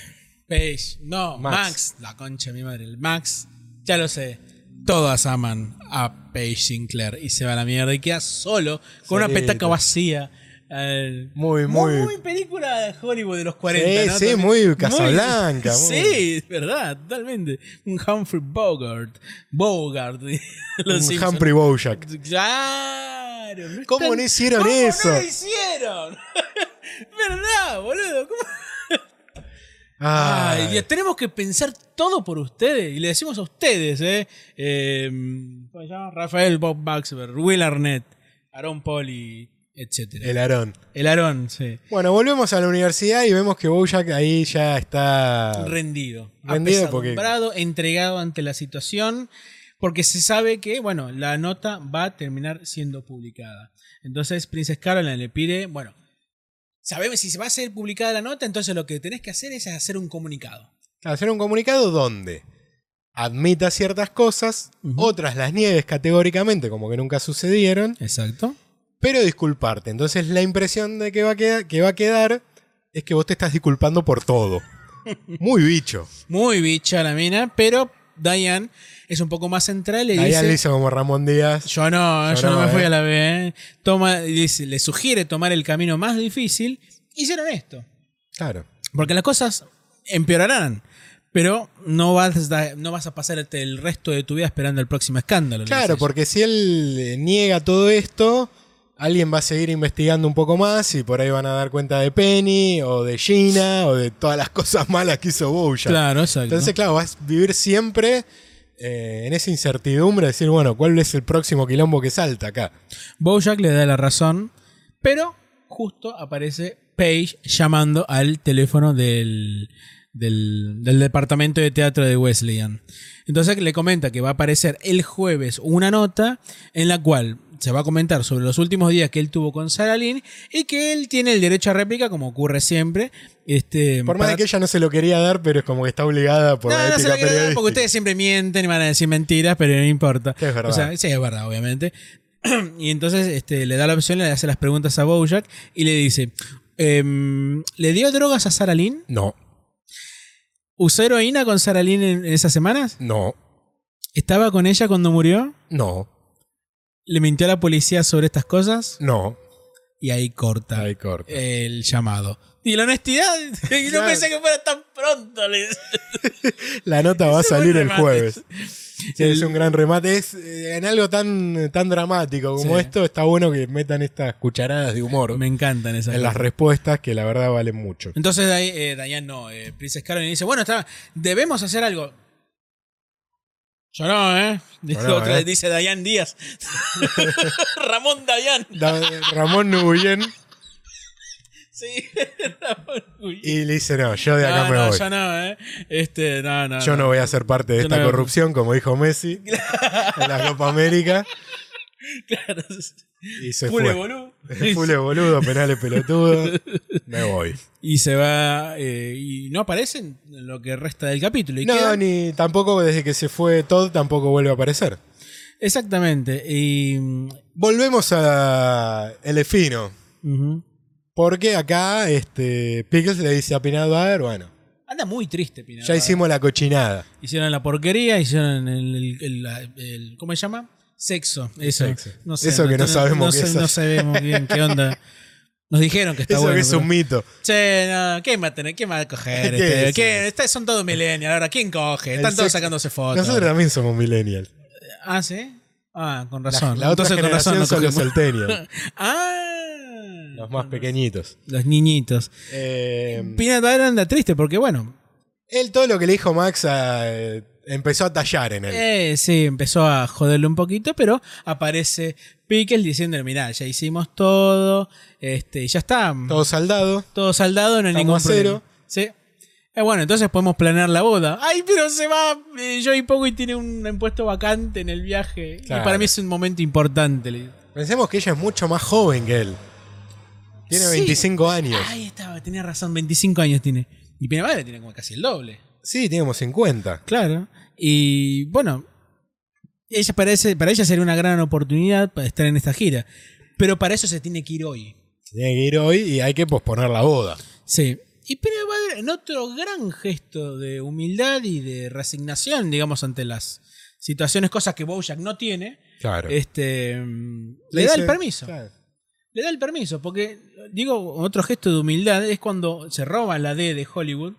S2: Paige. No, Max.
S1: Max.
S2: La concha de mi madre. El Max. Ya lo sé. Todas aman a Paige Sinclair. Y se va a la mierda. Y queda solo con una
S1: Solito.
S2: petaca vacía. al-
S1: Muy, muy-
S2: Muy película de Hollywood de los 40.
S1: Sí,
S2: ¿no?
S1: sí,
S2: También.
S1: muy Casablanca, muy-
S2: Sí, es verdad, totalmente. Un Humphrey Bogart. Bogart.
S1: un
S2: Los Simpsons.
S1: Humphrey Bojack.
S2: Claro. no
S1: ¿Cómo
S2: están-
S1: no hicieron
S2: ¿Cómo
S1: eso?
S2: No lo hicieron. ¿Verdad, boludo? ¿Cómo?
S1: Ay,
S2: Ay, y tenemos que pensar todo por ustedes. Y le decimos a ustedes, ¿eh? Eh, ¿cómo se llama? Rafael Bob Baxter, Will Arnett, Aaron Poli, etc.
S1: el Aarón.
S2: El Aarón, sí.
S1: Bueno, volvemos a la universidad y vemos que Bojack ahí ya está.
S2: Rendido.
S1: Rendido porque-
S2: apesadumbrado, entregado ante la situación. porque se sabe que, bueno, la nota va a terminar siendo publicada. Entonces, Princess Caroline le pide, bueno, sabemos si se va a ser publicada la nota, entonces lo que tenés que hacer es hacer un comunicado.
S1: Hacer un comunicado donde admita ciertas cosas,
S2: Ujú.
S1: otras las niegues categóricamente, como que nunca sucedieron,
S2: Exacto.
S1: pero disculparte. Entonces la impresión de que va a quedar, que va a quedar es que vos te estás disculpando por todo. Muy bicho.
S2: Muy bicha la mina, pero Diane es un poco más central y
S1: Ahí
S2: dice,
S1: le hizo como Ramón Díaz.
S2: yo no,
S1: Yo
S2: yo no,
S1: no,
S2: me fui
S1: eh.
S2: a la B. ¿eh". Toma, y dice, le sugiere tomar el camino más difícil. Hicieron esto.
S1: Claro.
S2: Porque las cosas empeorarán. Pero no vas, a- no vas a pasarte el resto de tu vida esperando el próximo escándalo. le dice
S1: Claro,
S2: ella.
S1: porque si él eh, niega todo esto, alguien va a seguir investigando un poco más y por ahí van a dar cuenta de Penny o de Gina o de todas las cosas malas que hizo Bojack.
S2: Claro, exacto.
S1: Entonces, claro, vas a vivir siempre eh, en esa incertidumbre, de decir, bueno, ¿cuál es el próximo quilombo que salta acá?
S2: Bojack le da la razón, pero justo aparece Paige llamando al teléfono del, del, del departamento de teatro de Wesleyan. Entonces le comenta que va a aparecer el jueves una nota en la cual se va a comentar sobre los últimos días que él tuvo con Sarah Lynn y que él tiene el derecho a réplica, como ocurre siempre. Este,
S1: Por más
S2: para-
S1: de que ella no se lo quería dar, pero es como que está obligada por
S2: no,
S1: la
S2: no
S1: ética
S2: se lo quiero dar
S1: periodística.
S2: porque ustedes siempre mienten y van a decir mentiras, pero no importa.
S1: Que es verdad.
S2: O sea, sí, es verdad, obviamente. Y entonces este, le da la opción, le hace las preguntas a Bojack y le dice: em, ¿Le dio drogas a Sarah Lynn?
S1: No,
S2: ¿Usó heroína con Sarah Lynn en, en esas semanas?
S1: no,
S2: ¿Estaba con ella cuando murió?
S1: no,
S2: ¿Le mintió a la policía sobre estas cosas?
S1: no.
S2: Y ahí corta
S1: Ahí corta.
S2: el llamado. Y la honestidad, y no
S1: Claro.
S2: pensé que fuera tan pronto. le dice.
S1: La nota va a
S2: Ese buen
S1: salir el
S2: remate.
S1: jueves. Sí,
S2: El-
S1: es un gran remate. Es, eh, en algo tan, tan dramático como
S2: Sí.
S1: esto, está bueno que metan estas cucharadas de humor
S2: Me encantan esas
S1: en las
S2: cosas.
S1: respuestas que la verdad valen mucho.
S2: Entonces de ahí, eh, Diane no, eh, Princess Caroline dice, bueno, está, debemos hacer algo. Yo no, ¿eh? Dice,
S1: no,
S2: otra-
S1: ¿eh?
S2: dice Diane Díaz. Ramón Dayan.
S1: Da- Ramón Nubuyen
S2: Sí. Ramón Uy.
S1: y le dice: No, yo de acá
S2: no,
S1: me
S2: no,
S1: voy.
S2: yo no, ¿eh? Este, no, no.
S1: Yo no voy a ser parte de
S2: Yo
S1: esta
S2: no-
S1: corrupción, como dijo Messi en la Copa América.
S2: Claro.
S1: Y se
S2: Pule,
S1: fue.
S2: boludo.
S1: Fule boludo, penales pelotudo. Me voy.
S2: Y se va. eh, y no aparecen en lo que resta del capítulo. Y
S1: No,
S2: quedan-
S1: ni tampoco desde que se fue Todd tampoco vuelve a aparecer.
S2: Exactamente. Y. mm,
S1: Volvemos a Elefino.
S2: ujú.
S1: Porque acá este, Pickles le dice a Pinal Bader, bueno,
S2: Anda muy triste, Pinal.
S1: ya hicimos la cochinada.
S2: Hicieron la porquería, hicieron el, el- el- la- el- ¿cómo se llama? Sexo. Eso.
S1: Sexo.
S2: No sé,
S1: Eso que no sabemos
S2: no
S1: qué
S2: sé-
S1: es.
S2: No sabemos bien qué onda. Nos dijeron que está
S1: Eso
S2: bueno.
S1: que es
S2: pero-
S1: un mito.
S2: Che, no, ¿quién va a tener? ¿Quién va a coger?
S1: ¿Qué
S2: este?
S1: es?
S2: ¿Quién? Este- son todos millennials ahora. ¿Quién coge?
S1: El
S2: Están todos
S1: sexo-
S2: sacándose fotos.
S1: Nosotros también somos millennials.
S2: Ah, ¿sí? Ah, con
S1: La,
S2: razón.
S1: la otra
S2: Entonces, con
S1: generación
S2: razón no
S1: son los
S2: cogemos.
S1: centennials,
S2: Ah.
S1: los más pequeñitos.
S2: Los niñitos.
S1: Eh,
S2: Peanut Butter anda triste porque, bueno,
S1: él todo lo que le dijo Max a- eh, empezó a tallar en él.
S2: Eh, sí, empezó a joderle un poquito, pero aparece Pickles diciéndole, mirá, ya hicimos todo, este, ya está, todo,
S1: Todo saldado.
S2: saldado, no hay
S1: Estamos
S2: ningún
S1: a cero.
S2: problema. Sí. Eh, bueno, entonces podemos planear la boda. Ay, pero se va eh, Joey Pogo y tiene un impuesto vacante en el viaje.
S1: Claro.
S2: Y para mí es un momento importante. le digo.
S1: Pensemos que ella es mucho más joven que él. Tiene
S2: Sí.
S1: 25 años.
S2: Ahí estaba, tenía razón, 25 años tiene. Y Pina Madre tiene como casi el doble.
S1: Sí, tenemos 50.
S2: Claro. Y bueno, ella parece, para ella sería una gran oportunidad para estar en esta gira. Pero para eso se tiene que ir hoy.
S1: Tiene que ir hoy y hay que posponer la boda.
S2: Sí. Y pero va a haber en otro gran gesto de humildad y de resignación, digamos, ante las situaciones, cosas que Bojack no tiene,
S1: Claro.
S2: este mm, le, da
S1: dice-
S2: el permiso.
S1: Claro.
S2: Le da el permiso, porque digo, otro gesto de humildad es cuando se roba la D de Hollywood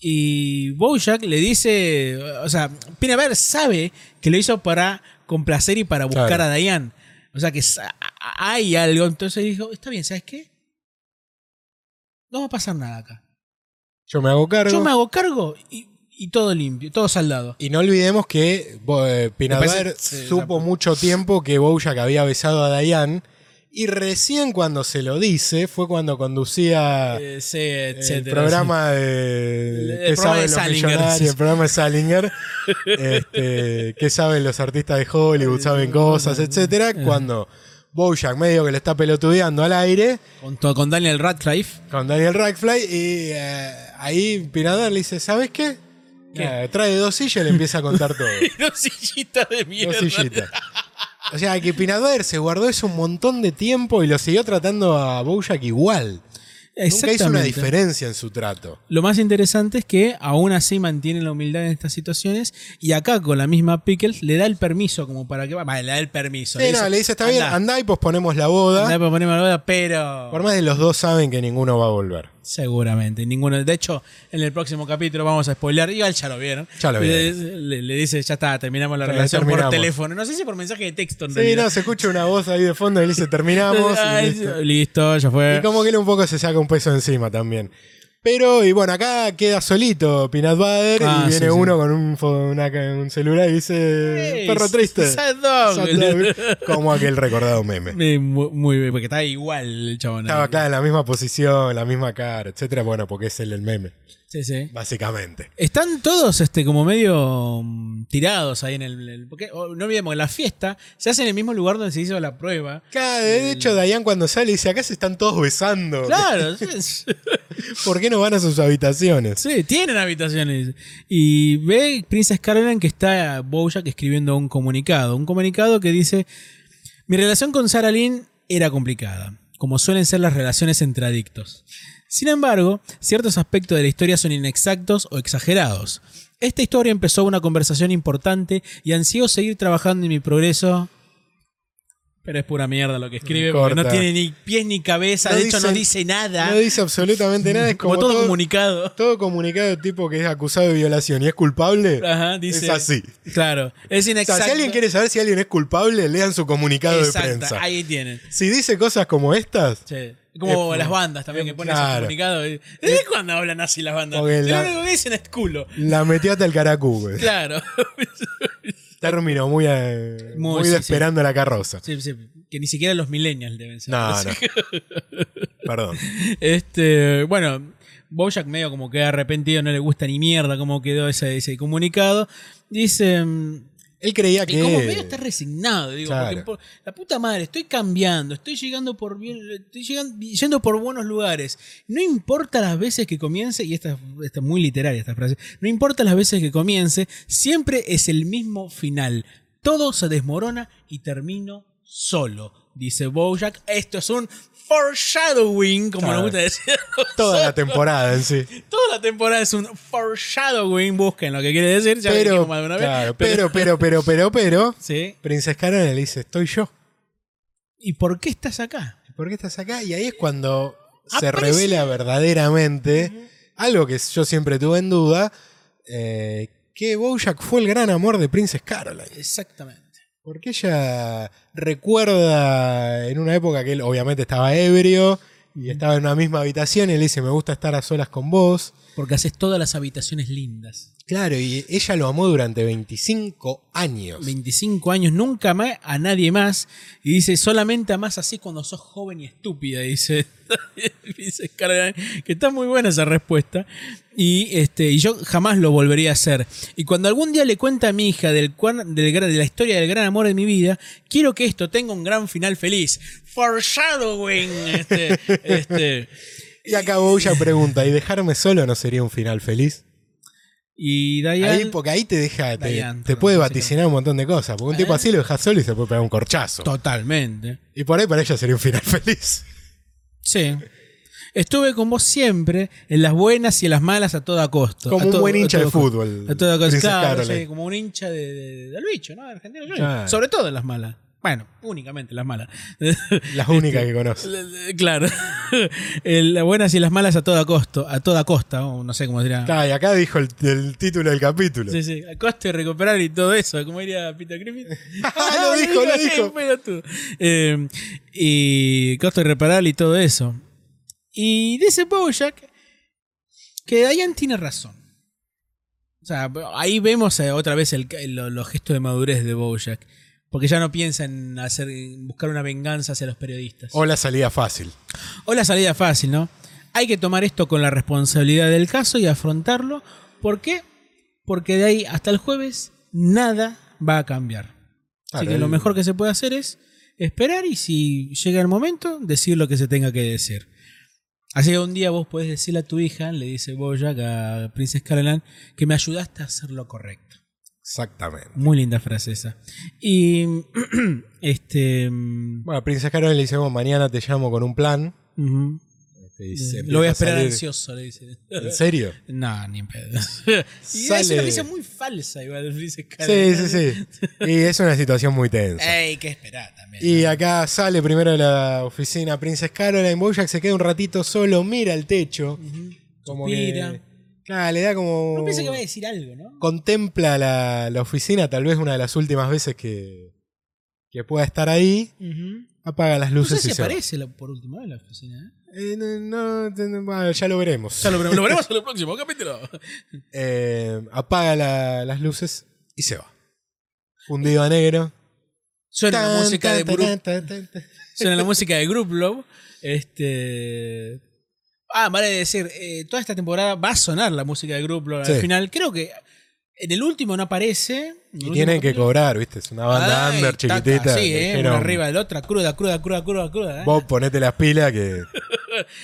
S2: y Bojack le dice, o sea, Pina Bauer sabe que lo hizo para complacer y para buscar
S1: Claro.
S2: a Diane. O sea que sa- a- hay algo, entonces dijo, está bien, ¿sabes qué? No va a pasar nada acá.
S1: Yo me hago cargo.
S2: Yo me hago cargo y, y todo limpio, todo saldado.
S1: Y no olvidemos que eh, Pinabar
S2: Me parece- sí,
S1: supo
S2: la-
S1: mucho tiempo que Bojack había besado a Diane. Y recién cuando se lo dice fue cuando conducía
S2: Eh, sí, etcétera,
S1: Ah. el programa
S2: El-
S1: de
S2: el
S1: ¿Qué
S2: programa de
S1: saben los
S2: Salinger,
S1: millonarios?
S2: sí.
S1: El programa de Salinger. este, ¿Qué saben los artistas de Hollywood? ¿Saben cosas? Etcétera.
S2: Eh.
S1: Cuando Bojack medio que le está pelotudeando al aire
S2: sí. Con, to- con Daniel Radcliffe.
S1: con Daniel Radcliffe y eh, ahí Pinadar le dice, ¿sabes qué?
S2: ¿Qué?
S1: Nada, trae dos sillas y le empieza a contar todo.
S2: Dos sillitas de
S1: dos
S2: mierda.
S1: sillitas. O sea, que Pinadar se guardó eso un montón de tiempo y lo siguió tratando a Bojack igual. Nunca hizo una
S2: Exactamente.
S1: diferencia en su trato.
S2: Lo más interesante es que aún así mantiene la humildad en estas situaciones y acá con la misma Pickles le da el permiso como para que va, vale, le da el permiso.
S1: Sí, no, le dice, está bien, andá y posponemos la boda.
S2: andá para ponerme la boda, pero
S1: Por más de los dos saben que ninguno va a volver.
S2: seguramente ninguno. De hecho, en el próximo capítulo vamos a spoiler. Igual ya lo vieron.
S1: Ya lo vieron.
S2: Le, le- le dice, ya está, terminamos la
S1: Ya
S2: relación
S1: terminamos.
S2: por teléfono. No sé si por mensaje de texto en
S1: Sí,
S2: realidad.
S1: no, se escucha una voz ahí de fondo y le dice, terminamos. y
S2: Ay,
S1: listo.
S2: listo, ya fue.
S1: Y como que él un poco se saca un peso encima también. Pero, y bueno, acá queda solito Peanut Butter
S2: Ah,
S1: y viene
S2: sí, sí.
S1: uno con un, fo- una ca- un celular y dice:
S2: Ey,
S1: Perro triste.
S2: sad dog.
S1: Sad dog. Como aquel recordado meme.
S2: Eh, Muy, muy bien, porque está igual el chabón.
S1: Estaba acá en la misma posición, la misma cara, etcétera. Bueno, porque es el, el meme,
S2: Sí, sí.
S1: básicamente.
S2: Están todos este, como medio mm, tirados ahí en el. el- porque, oh, no olvidemos, la fiesta se hace en el mismo lugar donde se hizo la prueba.
S1: Acá, de hecho, Dayan cuando sale dice: Acá se están todos besando.
S2: Claro, sí,
S1: ¿Por qué no van a sus habitaciones?
S2: sí, tienen habitaciones. Y ve Princess Caroline que está Bojack escribiendo un comunicado. Un comunicado que dice: Mi relación con Sarah Lynn era complicada, como suelen ser las relaciones entre adictos. Sin embargo, ciertos aspectos de la historia son inexactos o exagerados. Esta historia empezó una conversación importante y ansío seguir trabajando en mi progreso. Pero es pura mierda lo que escribe, porque no
S1: Corta.
S2: tiene ni pies ni cabeza,
S1: No
S2: de hecho no
S1: dice-
S2: dice nada.
S1: No dice absolutamente nada. Es
S2: como,
S1: como,
S2: todo,
S1: todo,
S2: comunicado.
S1: todo comunicado de tipo que es acusado de violación y es culpable.
S2: Ajá, dice.
S1: Es así.
S2: Claro, es
S1: O sea,
S2: inexacto.
S1: si alguien quiere saber si alguien es culpable, lean su comunicado
S2: Exacto,
S1: de prensa.
S2: ahí tienen.
S1: Si dice cosas como estas,
S2: Sí. Como
S1: Es-
S2: las bandas también que ponen
S1: claro.
S2: sus comunicados. ¿Desde cuándo hablan así las bandas?
S1: Porque
S2: Lo
S1: la-
S2: único que dicen es culo.
S1: la metí hasta el caracú. güey.
S2: Claro.
S1: Término muy, eh,
S2: Muy,
S1: muy
S2: sí,
S1: de
S2: sí.
S1: esperando la carroza.
S2: Sí, sí, que ni siquiera los millennials deben ser.
S1: No, no. Perdón.
S2: Este, bueno, Bojack medio como queda arrepentido, no le gusta ni mierda cómo quedó ese, ese comunicado. Dice, mm,
S1: Él creía que.
S2: Y como medio está resignado, digo,
S1: Claro.
S2: porque por- la puta madre, estoy cambiando, estoy llegando por bien, estoy llegando, yendo por buenos lugares. No importa las veces que comience, y esta esta es muy literaria esta frase, no importa las veces que comience, siempre es el mismo final. Todo se desmorona y termino solo. Dice Bojack, esto es un foreshadowing, como
S1: Claro.
S2: nos gusta decir.
S1: Toda la temporada en sí.
S2: Toda la temporada es un foreshadowing, busquen lo que quiere decir, ya lo
S1: Pero,
S2: dijimos más de una vez,
S1: claro, pero, pero, pero, pero, pero.
S2: Sí.
S1: Princess Karen le dice: Estoy yo.
S2: ¿Y por qué estás acá?
S1: ¿Por qué estás acá? Y ahí es cuando se
S2: Aparece.
S1: revela verdaderamente algo que yo siempre tuve en duda, eh, que Bojack fue el gran amor de Princess Caroline.
S2: Exactamente.
S1: Porque ella recuerda en una época que él obviamente estaba ebrio y estaba en una misma habitación y él dice, me gusta estar a solas con vos.
S2: Porque haces todas las habitaciones lindas.
S1: Claro, y ella lo amó durante 25 años.
S2: 25 años, nunca más a nadie más. Y dice, solamente amás así cuando sos joven y estúpida. Dice, dice Caroline, que está muy buena esa respuesta. Y, este, y yo jamás lo volvería a hacer. Y cuando algún día le cuenta a mi hija del, cuan- del gran- de la historia del gran amor de mi vida, quiero que esto tenga un gran final feliz. Foreshadowing. Este, este.
S1: Y acá Bojack pregunta, ¿y dejarme solo no sería un final feliz?
S2: Y Diane...
S1: Ahí, porque ahí te deja, te,
S2: Dayan,
S1: te
S2: perdón,
S1: puede
S2: básicamente.
S1: vaticinar un montón de cosas. Porque un tipo así lo deja solo y se puede pegar un corchazo.
S2: Totalmente.
S1: Y por ahí para ella sería un final feliz.
S2: Sí. Estuve con vos siempre, en las buenas y en las malas, a toda costa.
S1: Como
S2: A
S1: un
S2: todo-
S1: buen hincha
S2: a
S1: de
S2: todo costa.
S1: fútbol,
S2: A toda costa,
S1: Princess
S2: claro,
S1: Caroline.
S2: sí, como un hincha de, de- del bicho, ¿no? Argentino Junior.
S1: Claro.
S2: Sobre todo en las malas. Bueno, únicamente las malas.
S1: Las únicas que conoce.
S2: claro. El- las buenas y las malas a toda costa, a toda costa, o no sé cómo dirá.
S1: Está, y acá dijo el, el título del capítulo.
S2: Sí, sí, a coste de recuperar y todo eso, como diría Peter Griffin. Ah,
S1: Lo dijo, lo dijo.
S2: eh, pelotudo. Eh, y coste de reparar y todo eso. Y dice Bojack que Diane tiene razón. O sea, ahí vemos eh, otra vez el- el- lo- los gestos de madurez de Bojack. Porque ya no piensa en hacer, en buscar una venganza hacia los periodistas.
S1: O la salida fácil.
S2: O la salida fácil, ¿no? Hay que tomar esto con la responsabilidad del caso y afrontarlo. ¿Por qué? Porque de ahí hasta el jueves nada va a cambiar. Así
S1: Claro,
S2: que lo
S1: el-
S2: mejor que se puede hacer es esperar y si llega el momento, decir lo que se tenga que decir. Así que un día vos podés decirle a tu hija, le dice Bojack a Princess Caroline, que me ayudaste a hacer lo correcto.
S1: Exactamente.
S2: Muy linda frase esa. Y este mm,
S1: Bueno, a Princesa Carol le dice, "Vos, mañana te llamo con un plan.
S2: ujú.
S1: Este, y se
S2: lo voy a
S1: empieza
S2: esperar
S1: salir-
S2: ansioso, le dice.
S1: ¿En serio?
S2: No, ni en pedo. y es
S1: Sale.
S2: una risa muy falsa, igual, dice
S1: Sí,
S2: Caroline.
S1: sí, sí. Y es una situación muy tensa.
S2: Ey, que esperar también.
S1: Y acá sale primero de la oficina Princess Caroline, Bojack se queda un ratito solo, mira el techo.
S2: Ujú.
S1: Como
S2: Suspira.
S1: que... Claro, le da como...
S2: Uno piensa que va a decir algo, ¿no?
S1: contempla la, la oficina, tal vez una de las últimas veces que, que pueda estar ahí,
S2: Ujú.
S1: apaga las
S2: No
S1: luces
S2: sé si
S1: y se va.
S2: aparece la- por última vez la oficina. ¿eh?
S1: Eh, no, no, te- no, bueno, ya lo veremos.
S2: Ya lo, lo veremos en el próximo capítulo.
S1: Eh, apaga la- las luces y se va. Hundido a negro.
S2: Suena Eh, la
S1: Tan,
S2: música de
S1: tan,
S2: Bru-
S1: tan, tan, tan, tan.
S2: Suena la música de Group Love. Este. Ah, vale decir, eh, toda esta temporada va a sonar la música de Group Love. Al
S1: Sí.
S2: final, creo que en el último no aparece.
S1: Y tienen que cobrar, ¿viste? Es una banda
S2: Ay,
S1: under
S2: taca,
S1: chiquitita.
S2: Sí,
S1: le
S2: eh,
S1: dijeron,
S2: una arriba de la otra, cruda, cruda, cruda, cruda, cruda. eh.
S1: Vos ponete las pilas que.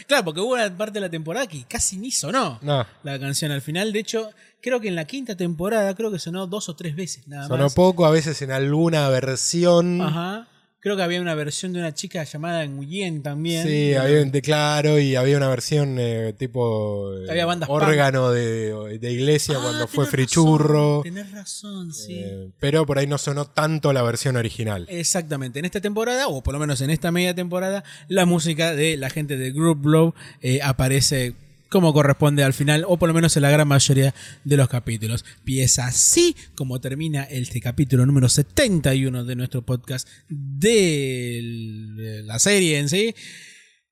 S2: Claro, porque hubo una parte de la temporada que casi ni sonó
S1: No,
S2: la canción al final. De hecho, creo que en la quinta temporada creo que sonó dos o tres veces nada
S1: sonó
S2: más.
S1: poco, a veces en alguna versión.
S2: Ajá. Creo que había una versión de una chica llamada Nguyen también.
S1: Sí, había un teclado y había una versión eh, tipo eh,
S2: Había bandas punk.
S1: órgano de, de iglesia
S2: Ah,
S1: cuando fue
S2: tenés
S1: Frichurro.
S2: razón, Tenés razón, sí. Eh,
S1: eh, pero por ahí no sonó tanto la versión original.
S2: Exactamente, en esta temporada, o por lo menos en esta media temporada, la música de la gente de Group Blow eh, aparece como corresponde al final, o por lo menos en la gran mayoría de los capítulos. Y es así como termina este capítulo número 71 de nuestro podcast de el- la serie en sí.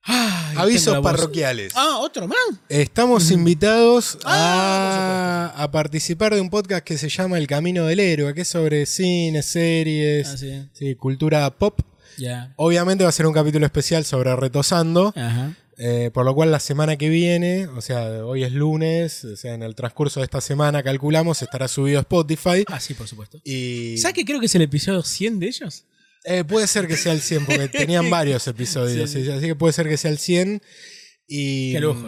S2: Ay,
S1: Avisos
S2: tengo la voz.
S1: parroquiales.
S2: Ah, otro más.
S1: Estamos invitados
S2: Ah,
S1: a, a participar de un podcast que se llama El Camino del Héroe, que es sobre cine, series,
S2: Ah, sí.
S1: sí, cultura pop.
S2: Ya.
S1: Obviamente va a ser un capítulo especial sobre Retosando.
S2: Ajá.
S1: Eh, por lo cual la semana que viene, o sea, hoy es lunes, o sea, en el transcurso de esta semana calculamos, estará subido a Spotify.
S2: Ah, sí, por supuesto.
S1: Y
S2: ¿Sabes que creo que es el episodio 100 de ellos?
S1: eh, puede ser que sea el 100, porque tenían varios episodios,
S2: Sí, sí.
S1: sí, así que puede ser que sea el 100. Y, mm,
S2: Qué lujo.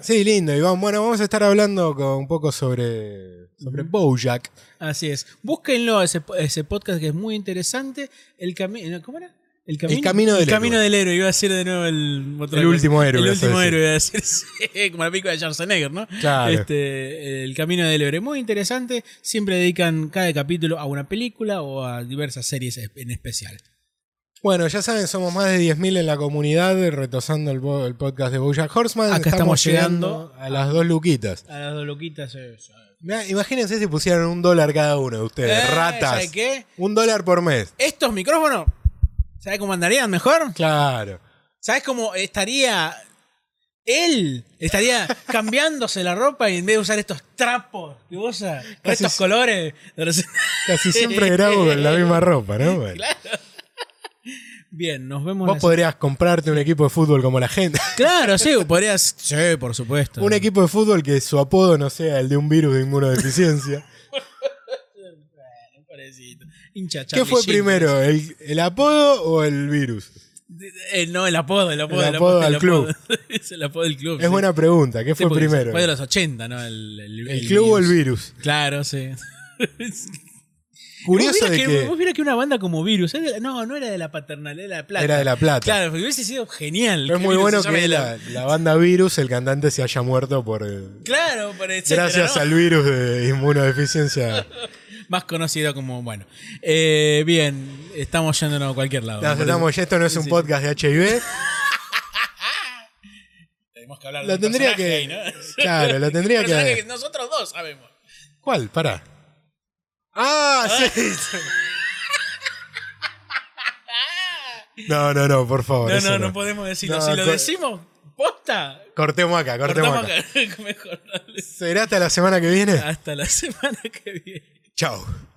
S1: Sí, lindo, Iván. Bueno, vamos a estar hablando con- un poco sobre, sobre Bojack.
S2: Así es. Búsquenlo, ese, ese podcast que es muy interesante. El camino. ¿Cómo era? El camino,
S1: Camino del
S2: El camino
S1: Héroe.
S2: del héroe. Iba a decir de nuevo el otra
S1: El
S2: cosa.
S1: último héroe,
S2: El
S1: ibas a
S2: último
S1: decir.
S2: héroe, iba a decir. sí, como la pico de Schwarzenegger, ¿no?
S1: Claro.
S2: Este, el camino del héroe. Muy interesante. Siempre dedican cada capítulo a una película o a diversas series en especial.
S1: Bueno, ya saben, somos más de 10.000 en la comunidad, eh, retosando el, bo- el podcast de Bojack Horseman.
S2: Acá estamos llegando
S1: a las dos luquitas.
S2: A las dos loquitas. eh,
S1: Mirá, Imagínense si pusieran un dólar cada uno de ustedes,
S2: eh,
S1: ratas.
S2: ¿sabes qué?
S1: Un dólar por mes.
S2: Estos micrófonos, ¿sabes cómo andarían mejor?
S1: Claro.
S2: ¿Sabes cómo estaría él? Estaría cambiándose la ropa y en vez de usar estos trapos que usa, con
S1: Casi
S2: estos
S1: si-
S2: colores.
S1: Casi siempre grabo con la misma ropa, ¿no? Bueno.
S2: Bien, nos vemos.
S1: Vos
S2: la-
S1: podrías comprarte un equipo de fútbol como la gente.
S2: Claro, sí, podrías. Sí, por supuesto.
S1: un equipo de fútbol que su apodo no sea el de un virus de inmunodeficiencia.
S2: Pobrecito. Hincha
S1: ¿Qué
S2: Charlie
S1: fue
S2: Sheen.
S1: primero, el, el apodo o el virus?
S2: Eh, no, el apodo, el apodo.
S1: El apodo
S2: el
S1: al club.
S2: apodo. es el apodo del club.
S1: Es buena pregunta. ¿Qué fue primero?
S2: Fue de los 80, ¿no? El, el-
S1: ¿El club o el virus?
S2: Claro, sí.
S1: Curioso
S2: Vos
S1: de
S2: vieras que,
S1: que
S2: vos vieras que una banda como Virus, es de la- no, no era de la paternal, era de la plata.
S1: era de La Plata.
S2: Claro, porque hubiese sido genial.
S1: Pero Ah, es muy
S2: Virus
S1: bueno
S2: se llame
S1: que la, la banda Virus, el cantante, se haya muerto por... eh,
S2: Claro, por etcétera,
S1: gracias
S2: ¿no?
S1: al virus de inmunodeficiencia.
S2: Más conocido como, bueno. Eh, bien, estamos yéndonos a cualquier lado.
S1: Nos
S2: me parece.
S1: estamos, ya esto no es
S2: Sí,
S1: un
S2: sí.
S1: podcast de HIV.
S2: Tenemos que hablar
S1: Lo
S2: un
S1: tendría que...
S2: personaje ahí, ¿no?
S1: Claro, lo tendría
S2: Un personaje
S1: que...
S2: nosotros dos sabemos.
S1: ¿Cuál? Pará. Ah, sí. No, no, no, por favor.
S2: No,
S1: eso
S2: no, no podemos decirlo.
S1: No,
S2: si lo
S1: co-
S2: decimos, posta.
S1: Cortemos acá, cortemos
S2: Cortamos
S1: acá.
S2: acá. Mejor no.
S1: ¿Será hasta la semana que viene?
S2: Hasta la semana que viene.
S1: Chao.